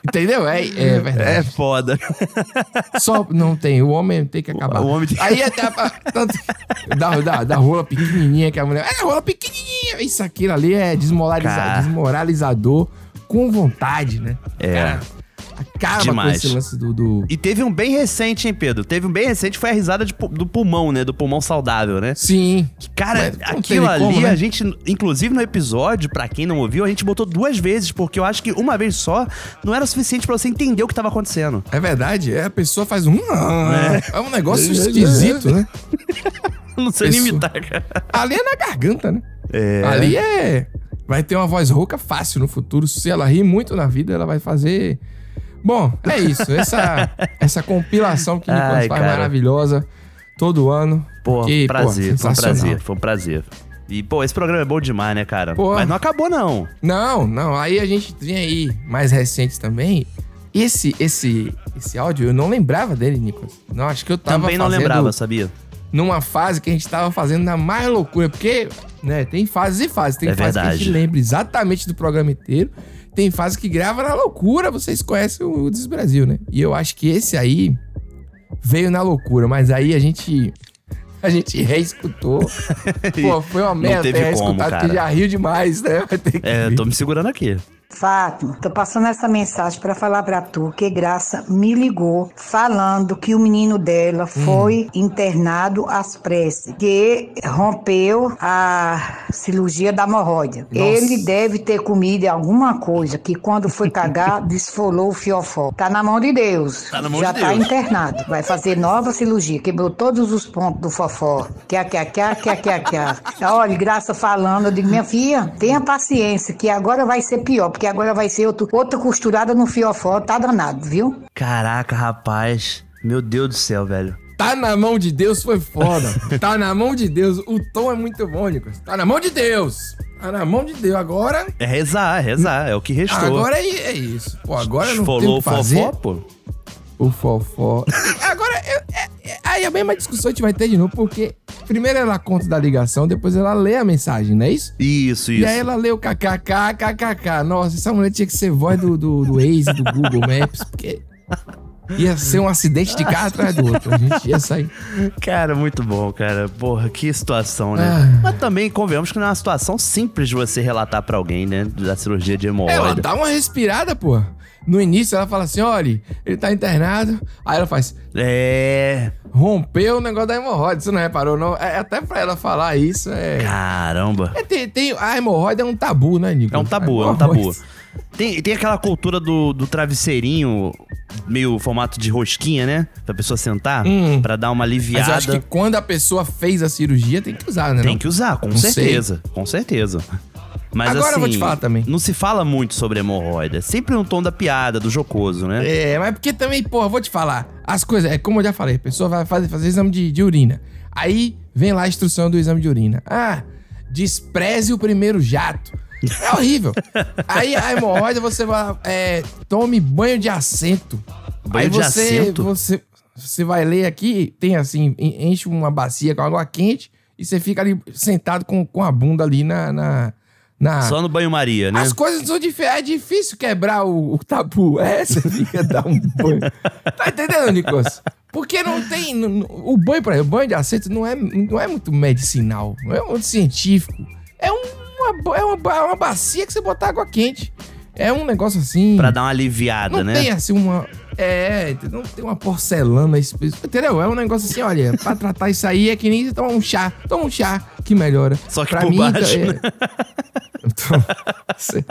[SPEAKER 1] Entendeu? É, é verdade.
[SPEAKER 2] É foda.
[SPEAKER 1] Só não tem, o homem tem que acabar.
[SPEAKER 2] o homem tem-
[SPEAKER 1] Aí até a, tanto, da, da, da rola pequenininha que a mulher. É, rola pequenininha. Isso aquilo ali é desmoraliza-
[SPEAKER 2] Cara.
[SPEAKER 1] desmoralizador com vontade, né?
[SPEAKER 2] É.
[SPEAKER 1] Acaba com esse lance do. do...
[SPEAKER 2] E teve um bem recente, hein, Pedro? Teve um bem recente, foi a risada de pu- do pulmão, né? Do pulmão saudável, né?
[SPEAKER 1] Sim.
[SPEAKER 2] cara,
[SPEAKER 1] Mas não
[SPEAKER 2] aquilo
[SPEAKER 1] teve
[SPEAKER 2] ali,
[SPEAKER 1] como, né?
[SPEAKER 2] a gente, inclusive no episódio, pra quem não ouviu, a gente botou duas vezes, porque eu acho que uma vez só não era suficiente pra você entender o que tava acontecendo.
[SPEAKER 1] É verdade, é, a pessoa faz um. É um negócio esquisito, né?
[SPEAKER 2] não sei nem
[SPEAKER 1] Pessoa-
[SPEAKER 2] imitar, cara.
[SPEAKER 1] Ali é na garganta, né?
[SPEAKER 2] É.
[SPEAKER 1] Ali é. Vai ter uma voz rouca fácil no futuro. Se ela rir muito na vida, ela vai fazer. Bom, é isso. Essa, essa compilação que o Nicolas
[SPEAKER 2] Ai,
[SPEAKER 1] faz
[SPEAKER 2] cara.
[SPEAKER 1] maravilhosa todo ano.
[SPEAKER 2] Pô,
[SPEAKER 1] Que,
[SPEAKER 2] prazer, foi um
[SPEAKER 1] sensacional.
[SPEAKER 2] prazer, foi um prazer. E, pô, esse programa é bom demais, né, cara?
[SPEAKER 1] Pô.
[SPEAKER 2] Mas não acabou, não.
[SPEAKER 1] Não, não. Aí a gente tem aí mais recentes também. Esse, esse, esse áudio, eu não lembrava dele, Nicolas. Não, acho que eu tava
[SPEAKER 2] Também não
[SPEAKER 1] fazendo
[SPEAKER 2] lembrava, sabia?
[SPEAKER 1] numa fase que a gente tava fazendo na mais loucura, porque, né, tem fases e fases. Tem
[SPEAKER 2] É
[SPEAKER 1] fase que a gente
[SPEAKER 2] verdade.
[SPEAKER 1] lembra exatamente do programa inteiro, tem fase que grava na loucura, vocês conhecem o Desbrasil, né? E eu acho que esse aí veio na loucura, mas aí a gente a gente reescutou. Pô, foi uma
[SPEAKER 2] Não
[SPEAKER 1] merda
[SPEAKER 2] teve
[SPEAKER 1] ter reescutado,
[SPEAKER 2] como, cara.
[SPEAKER 1] porque já riu demais, né? Vai ter que
[SPEAKER 2] É,
[SPEAKER 1] ver.
[SPEAKER 2] tô me segurando aqui.
[SPEAKER 21] Fátima, tô passando essa mensagem pra falar pra tu que Graça me ligou falando que o menino dela foi internado às pressas, que rompeu a cirurgia da hemorroida.
[SPEAKER 22] Nossa.
[SPEAKER 21] Ele deve ter comido alguma coisa que quando foi cagar desfolou o fiofó. Tá na mão de Deus.
[SPEAKER 22] Tá na mão
[SPEAKER 21] Já
[SPEAKER 22] de
[SPEAKER 21] tá
[SPEAKER 22] Deus.
[SPEAKER 21] internado. Vai fazer nova cirurgia. Quebrou todos os pontos do fofó. Quia, quia, quia, quia, quia, quia. Olha, graça falando. Eu digo, minha filha, tenha paciência, que agora vai ser pior, porque agora vai ser outro, outra costurada no fiofó. Tá danado, viu?
[SPEAKER 2] Caraca, rapaz. Meu Deus do céu, velho.
[SPEAKER 1] Tá na mão de Deus foi foda. tá na mão de Deus. O tom é muito bom, Nicolas. Tá na mão de Deus. Tá na mão de Deus. Agora
[SPEAKER 2] É rezar, é rezar. É o que restou.
[SPEAKER 1] Agora é, é isso. Pô, agora não tem
[SPEAKER 2] Esfolou
[SPEAKER 1] o que fazer.
[SPEAKER 2] o fofó, pô.
[SPEAKER 1] O fofó. agora, eu- é- é- aí a mesma discussão a gente vai ter de novo, porque primeiro ela conta da ligação, depois ela lê a mensagem, não é isso?
[SPEAKER 2] Isso,
[SPEAKER 1] E
[SPEAKER 2] isso.
[SPEAKER 1] aí ela lê o kkk, kkk. Nossa, essa mulher tinha que ser voz do, do, do Waze, do Google Maps, porque ia ser um acidente de carro atrás do outro. A gente ia sair.
[SPEAKER 2] Cara, muito bom, cara. Porra, que situação, né?
[SPEAKER 1] Ah.
[SPEAKER 2] Mas também convenhamos que não é uma situação simples de você relatar pra alguém, né? Da cirurgia de hemorroida.
[SPEAKER 1] É, Ela dá uma respirada, pô. No início ela fala assim, olha, ele tá internado. Aí ela faz...
[SPEAKER 2] É...
[SPEAKER 1] Rompeu o negócio da hemorroida. Você não reparou, não? É, até pra ela falar isso é...
[SPEAKER 2] Caramba.
[SPEAKER 1] É, tem, tem- a hemorroida é um tabu, né, Nico?
[SPEAKER 2] É um tabu, é um tabu. Tem, tem aquela cultura do, do travesseirinho, meio formato de rosquinha, né? Pra pessoa sentar,
[SPEAKER 1] Hum.
[SPEAKER 2] pra dar uma aliviada.
[SPEAKER 1] Mas eu acho que quando a pessoa fez a cirurgia, tem que usar, né?
[SPEAKER 2] Tem
[SPEAKER 1] não?
[SPEAKER 2] que usar, com
[SPEAKER 1] Não sei.
[SPEAKER 2] certeza. Com certeza. Mas
[SPEAKER 1] Agora eu
[SPEAKER 2] assim,
[SPEAKER 1] vou te falar também.
[SPEAKER 2] Não se fala muito sobre hemorroida. É Sempre no tom da piada, do jocoso, né?
[SPEAKER 1] É, mas porque também, porra, vou te falar. As coisas, é como eu já falei, a pessoa vai fazer, fazer exame de, de urina. Aí vem lá a instrução do exame de urina. Ah, despreze o primeiro jato. É horrível. Aí a hemorroida, você vai lá, é, tome banho de assento.
[SPEAKER 2] Banho
[SPEAKER 1] Aí
[SPEAKER 2] de
[SPEAKER 1] você,
[SPEAKER 2] assento?
[SPEAKER 1] Você, você vai ler aqui, tem assim, en- enche uma bacia com água quente e você fica ali sentado com, com a bunda ali na- na, na
[SPEAKER 2] Só no banho-maria, né?
[SPEAKER 1] as coisas são diferentes. É difícil quebrar o, o tabu. É, você fica dar um banho. Tá entendendo, Nicolas? Porque não tem. n- n- O banho, pra, o banho de aceite não é, não é muito medicinal, não é muito científico. É um- uma, ba- é uma, ba- uma bacia que você botar água quente. É um negócio assim.
[SPEAKER 2] Pra dar uma aliviada,
[SPEAKER 1] Não
[SPEAKER 2] né?
[SPEAKER 1] tem assim uma. É, entendeu? não tem uma porcelana específica. Entendeu? É um negócio assim, olha, pra tratar isso aí é que nem você tomar um chá. Toma um chá que melhora.
[SPEAKER 2] Só que
[SPEAKER 1] pra
[SPEAKER 2] por baixo,
[SPEAKER 1] é-
[SPEAKER 2] né?
[SPEAKER 1] Então, se...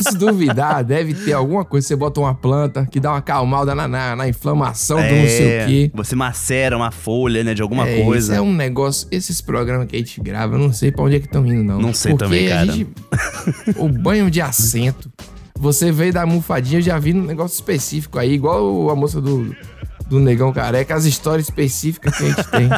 [SPEAKER 1] se duvidar, deve ter alguma coisa. Você bota uma planta que dá uma acalmada na, na, na inflamação do não
[SPEAKER 2] É.
[SPEAKER 1] sei o quê.
[SPEAKER 2] Você macera uma folha, né, de alguma
[SPEAKER 1] É,
[SPEAKER 2] coisa.
[SPEAKER 1] Isso é um negócio. Esses programas que a gente grava, eu não sei pra onde é que estão indo, não.
[SPEAKER 2] Não sei também,
[SPEAKER 1] a
[SPEAKER 2] cara.
[SPEAKER 1] o banho de assento. Você veio da mufadinha, eu já vi um negócio específico aí, igual a moça do, do Negão Careca, as histórias específicas que a gente tem.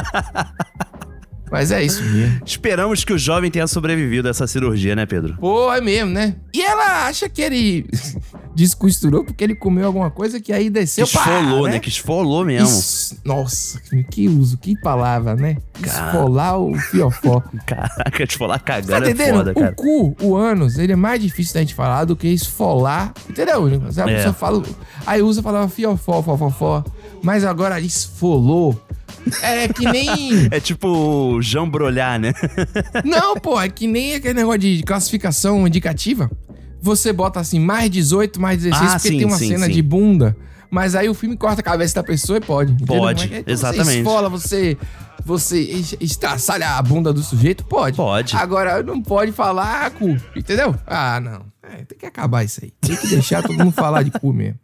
[SPEAKER 1] Mas é isso mesmo.
[SPEAKER 2] Esperamos que o jovem tenha sobrevivido a essa cirurgia, né, Pedro?
[SPEAKER 1] Pô, é mesmo, né? E ela acha que ele descosturou porque ele comeu alguma coisa que aí
[SPEAKER 2] Que
[SPEAKER 1] desceu. pá,
[SPEAKER 2] esfolou, né? Que esfolou mesmo.
[SPEAKER 1] Isso. Nossa, que- que uso, que palavra, né? Esfolar o fiofó.
[SPEAKER 2] Caraca, esfolar
[SPEAKER 1] Tá
[SPEAKER 2] cagada é
[SPEAKER 1] entendendo?
[SPEAKER 2] foda,
[SPEAKER 1] o
[SPEAKER 2] cara.
[SPEAKER 1] cu, o ânus, ele é mais difícil da gente falar do que esfolar. Entendeu? A
[SPEAKER 2] É.
[SPEAKER 1] pessoa fala. Aí usa e fala fiofó, fó, fó, fó. Mas agora esfolou. É que nem.
[SPEAKER 2] É tipo jambrolhar, né?
[SPEAKER 1] Não, pô, é que nem aquele negócio de classificação indicativa. Você bota assim, mais 18, mais 16,
[SPEAKER 2] Ah,
[SPEAKER 1] porque
[SPEAKER 2] sim,
[SPEAKER 1] tem uma
[SPEAKER 2] sim,
[SPEAKER 1] cena
[SPEAKER 2] sim.
[SPEAKER 1] de bunda. Mas aí o filme corta a cabeça da pessoa e pode. entendeu? é
[SPEAKER 2] Pode,
[SPEAKER 1] Mas aí Então, Você
[SPEAKER 2] exatamente.
[SPEAKER 1] esfola, você, você es- estraçalha a bunda do sujeito? Pode. Pode. Agora, não pode falar cu, entendeu? Ah, não. É, tem que acabar isso aí. Tem que deixar todo mundo falar de cu mesmo.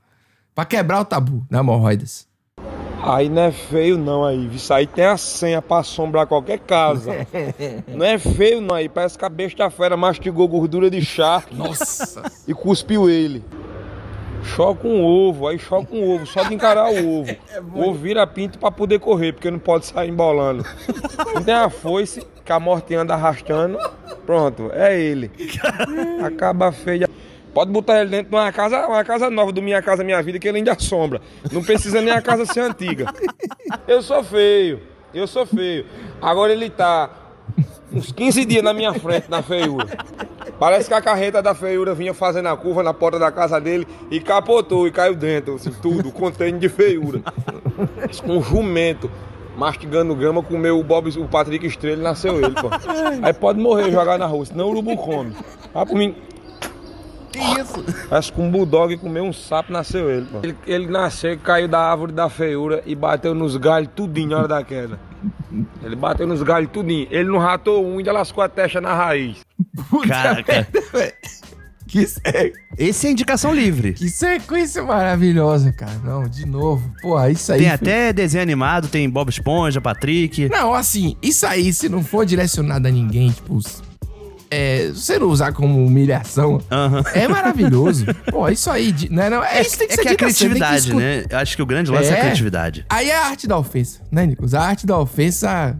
[SPEAKER 1] Pra quebrar o tabu na hemorroidas.
[SPEAKER 3] Aí não é feio não aí, isso aí tem a senha pra assombrar qualquer casa. Não é feio não aí, parece que a besta fera mastigou gordura de charque.
[SPEAKER 1] Nossa!
[SPEAKER 3] E cuspiu ele. Choca um ovo, aí choca um ovo, só de encarar o ovo. o ovo vira pinto pra poder correr, porque não pode sair embolando. Não tem a foice que a morte anda arrastando. Pronto, é ele. Acaba feia. Pode botar ele dentro de uma casa, uma casa nova do Minha Casa Minha Vida, que ele ainda assombra. Não precisa nem a casa ser antiga. Eu sou feio, eu sou feio. Agora ele tá uns 15 dias na minha frente, na feiura. Parece que a carreta da feiura vinha fazendo a curva na porta da casa dele e capotou e caiu dentro, assim, tudo, contêiner de feiura. Isso Com um jumento, mastigando grama, comeu o Bob, o Patrick Estrela e nasceu ele, pô. Aí pode morrer jogar na rua, senão o urubu come. Vai por mim.
[SPEAKER 1] Que isso?
[SPEAKER 3] Parece que um bulldog comeu um sapo nasceu ele, pô. Ele, ele nasceu, caiu da árvore da feiura e bateu nos galhos tudinho na hora da queda. Ele bateu nos galhos tudinho. Ele não ratou um, ainda lascou a testa na raiz.
[SPEAKER 2] Caraca.
[SPEAKER 1] Que
[SPEAKER 2] Esse é indicação livre.
[SPEAKER 1] Que sequência maravilhosa, cara. Não, de novo. Pô, isso aí.
[SPEAKER 2] Tem
[SPEAKER 1] foi-
[SPEAKER 2] até desenho animado, tem Bob Esponja, Patrick.
[SPEAKER 1] Não, assim, isso aí, se não for direcionado a ninguém, tipo. s- É, se você não usar como humilhação, é maravilhoso. Pô, isso aí, de- né? Não, é, isso tem que
[SPEAKER 2] é
[SPEAKER 1] ser
[SPEAKER 2] que a
[SPEAKER 1] dito assim, tem que
[SPEAKER 2] criatividade,
[SPEAKER 1] escu-
[SPEAKER 2] né? Eu acho que o grande lance é, a
[SPEAKER 1] É.
[SPEAKER 2] criatividade.
[SPEAKER 1] Aí é a arte da ofensa, né, Nicolas? A arte da ofensa.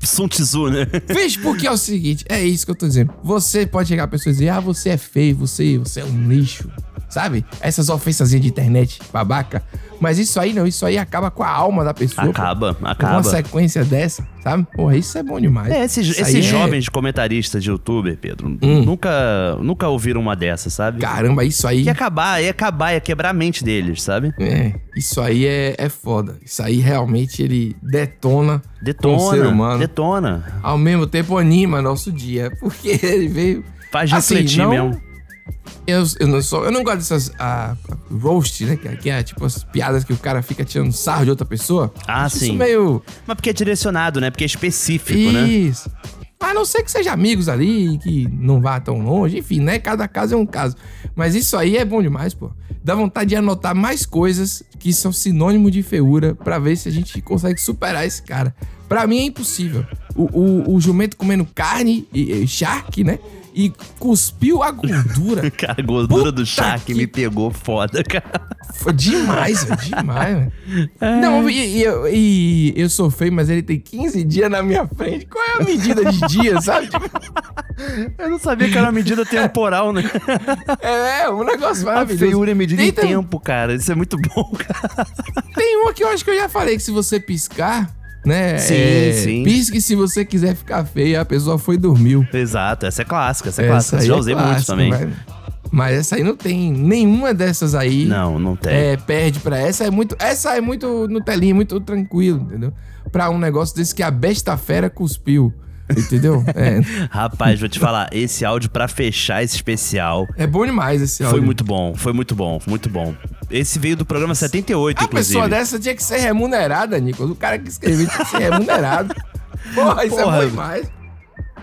[SPEAKER 2] Sun Tzu, né?
[SPEAKER 1] Fez porque é o seguinte, é isso que eu tô dizendo. Você pode chegar a pessoa e dizer, ah, você é feio, você, você é um lixo, sabe? Essas ofensazinhas de internet, babaca. Mas isso aí não, isso aí acaba com a alma da pessoa.
[SPEAKER 2] Acaba,
[SPEAKER 1] Uma
[SPEAKER 2] acaba.
[SPEAKER 1] sequência dessa, sabe? Porra, isso é bom demais.
[SPEAKER 2] É, esses,
[SPEAKER 1] Isso
[SPEAKER 2] esses
[SPEAKER 1] aí é-
[SPEAKER 2] jovens comentaristas de youtuber, Pedro,
[SPEAKER 1] Hum.
[SPEAKER 2] nunca, nunca ouviram uma dessa, sabe?
[SPEAKER 1] Caramba, isso aí.
[SPEAKER 2] Ia acabar, ia acabar, ia quebrar a mente deles, sabe?
[SPEAKER 1] É, isso aí é, é foda. Isso aí realmente ele detona,
[SPEAKER 2] Detona,
[SPEAKER 1] com o ser humano.
[SPEAKER 2] detona.
[SPEAKER 1] Ao mesmo tempo anima nosso dia, porque ele veio...
[SPEAKER 2] Faz
[SPEAKER 1] Assim,
[SPEAKER 2] refletir
[SPEAKER 1] não-
[SPEAKER 2] mesmo.
[SPEAKER 1] Eu, eu não sou, eu não gosto dessas ah, roast, né? Que, que é tipo as piadas que o cara fica tirando sarro de outra pessoa.
[SPEAKER 2] Ah,
[SPEAKER 1] Acho
[SPEAKER 2] sim.
[SPEAKER 1] Isso meio.
[SPEAKER 2] Mas porque é direcionado, né? Porque é específico, né?
[SPEAKER 1] isso. A não ser que seja amigos ali, que não vá tão longe, enfim, né? Cada caso é um caso. Mas isso aí é bom demais, pô. Dá vontade de anotar mais coisas que são sinônimo de feura pra ver se a gente consegue superar esse cara. Pra mim é impossível. O, o, o jumento comendo carne, e, e charque, né? E cuspiu a gordura.
[SPEAKER 2] Cara, a gordura do Shaq me pegou foda, cara.
[SPEAKER 1] Foi demais, velho, demais, velho.
[SPEAKER 2] É.
[SPEAKER 1] Não, e, e eu- e eu sou feio, mas ele tem 15 dias na minha frente. Qual é a medida de dia, sabe?
[SPEAKER 2] Eu não sabia que era uma medida temporal, né?
[SPEAKER 1] É, é um negócio
[SPEAKER 2] A
[SPEAKER 1] maravilhoso.
[SPEAKER 2] feiura é medida
[SPEAKER 1] Tem
[SPEAKER 2] em
[SPEAKER 1] tam-
[SPEAKER 2] tempo, cara. Isso é muito bom, cara.
[SPEAKER 1] Tem uma que eu acho que eu já falei, que se você piscar, né?
[SPEAKER 2] Sim,
[SPEAKER 1] é,
[SPEAKER 2] sim.
[SPEAKER 1] Pisque se você quiser ficar feia, a pessoa foi e dormiu.
[SPEAKER 2] Exato, essa é clássica, essa é
[SPEAKER 1] Essa
[SPEAKER 2] clássica.
[SPEAKER 1] aí
[SPEAKER 2] Já
[SPEAKER 1] é
[SPEAKER 2] usei muito
[SPEAKER 1] clássica,
[SPEAKER 2] também.
[SPEAKER 1] vai. Mas essa aí não tem nenhuma dessas aí.
[SPEAKER 2] Não, não tem.
[SPEAKER 1] É, perde pra essa. É muito, essa é muito Nutelinha, muito tranquilo, entendeu? Pra um negócio desse que a besta fera cuspiu. Entendeu? É.
[SPEAKER 2] Rapaz, vou te falar, esse áudio pra fechar esse especial.
[SPEAKER 1] É bom demais esse áudio.
[SPEAKER 2] Foi muito bom, foi muito bom, muito bom. Esse veio do programa 78,
[SPEAKER 1] A
[SPEAKER 2] inclusive.
[SPEAKER 1] pessoa dessa tinha que ser remunerada, Nicolas. O cara que escreveu tinha que ser remunerado. Porra, isso
[SPEAKER 2] Porra.
[SPEAKER 1] é bom demais.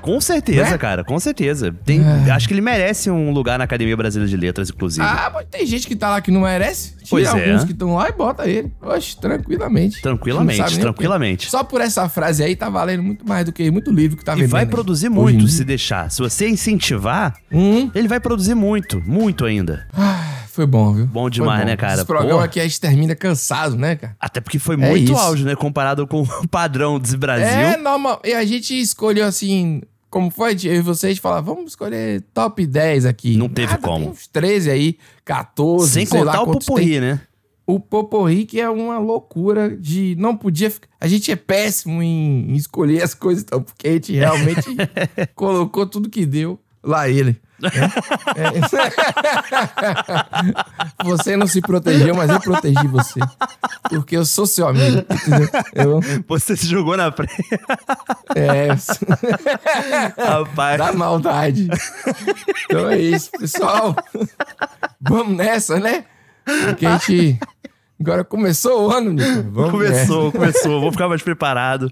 [SPEAKER 2] Com certeza,
[SPEAKER 1] Né?
[SPEAKER 2] cara, com certeza. Tem, Acho que ele merece um lugar na Academia Brasileira de Letras, inclusive.
[SPEAKER 1] Ah, mas tem gente que tá lá que não merece. Tira
[SPEAKER 2] Pois é.
[SPEAKER 1] alguns que estão lá e bota ele. Oxe, tranquilamente.
[SPEAKER 2] Tranquilamente,
[SPEAKER 1] Não sabe nem o quê.
[SPEAKER 2] tranquilamente.
[SPEAKER 1] Só por essa frase aí tá valendo muito mais do que muito livro que tá
[SPEAKER 2] E
[SPEAKER 1] vendendo.
[SPEAKER 2] vai
[SPEAKER 1] aí.
[SPEAKER 2] produzir
[SPEAKER 1] Hoje
[SPEAKER 2] muito
[SPEAKER 1] em
[SPEAKER 2] se
[SPEAKER 1] dia.
[SPEAKER 2] deixar. Se você incentivar,
[SPEAKER 1] ele
[SPEAKER 2] vai produzir muito, muito ainda.
[SPEAKER 1] Hum? Ah, Foi bom, viu?
[SPEAKER 2] Bom demais, né, cara?
[SPEAKER 1] Esse programa
[SPEAKER 2] Porra.
[SPEAKER 1] aqui a gente termina cansado, né, cara?
[SPEAKER 2] Até porque foi
[SPEAKER 1] É
[SPEAKER 2] muito
[SPEAKER 1] isso.
[SPEAKER 2] áudio, né? Comparado com o padrão do Brasil.
[SPEAKER 1] É normal. E a gente escolheu assim, como foi, eu e vocês falar, vamos escolher top 10 aqui. Não
[SPEAKER 2] teve como.
[SPEAKER 1] Uns 13 aí, 14,
[SPEAKER 2] Sem
[SPEAKER 1] sei
[SPEAKER 2] contar
[SPEAKER 1] lá
[SPEAKER 2] o
[SPEAKER 1] quantos
[SPEAKER 2] popurri,
[SPEAKER 1] tem.
[SPEAKER 2] né?
[SPEAKER 1] O poporri que é uma loucura de não podia ficar. A gente é péssimo em, em escolher as coisas, então, porque a gente realmente colocou tudo que deu lá ele. né? É. Você não se protegeu, mas eu protegi você. Porque eu sou seu amigo. entendeu? Eu,
[SPEAKER 2] Você se jogou na frente.
[SPEAKER 1] é,
[SPEAKER 2] Rapaz.
[SPEAKER 1] Da maldade. Então é isso, pessoal. Vamos nessa, né? Porque a gente. Agora começou o ano, Nico. Vamos
[SPEAKER 2] começou,
[SPEAKER 1] nessa.
[SPEAKER 2] começou. Vou ficar mais preparado.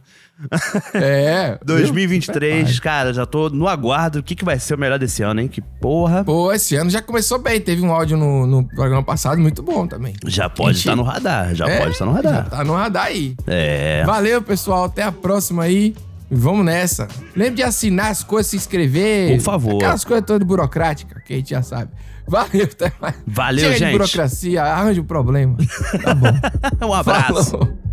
[SPEAKER 1] É.
[SPEAKER 2] 2023, cara, já tô no aguardo. O que, que vai ser o melhor desse ano, hein? Que porra.
[SPEAKER 1] Pô, esse ano já começou bem. Teve um áudio no, no programa passado muito bom também.
[SPEAKER 2] Já pode
[SPEAKER 1] Gente,
[SPEAKER 2] estar no radar, já
[SPEAKER 1] é,
[SPEAKER 2] pode estar no radar.
[SPEAKER 1] já tá no radar aí.
[SPEAKER 2] É.
[SPEAKER 1] Valeu, pessoal. Até a próxima aí. E Vamos nessa. Lembre de assinar as coisas, se inscrever.
[SPEAKER 2] Por favor.
[SPEAKER 1] Aquelas coisas todas burocráticas, que a gente já sabe. Valeu, até mais.
[SPEAKER 2] Valeu,
[SPEAKER 1] Chega de
[SPEAKER 2] gente.
[SPEAKER 1] burocracia, arranja um problema.
[SPEAKER 2] Um abraço.
[SPEAKER 1] Falou.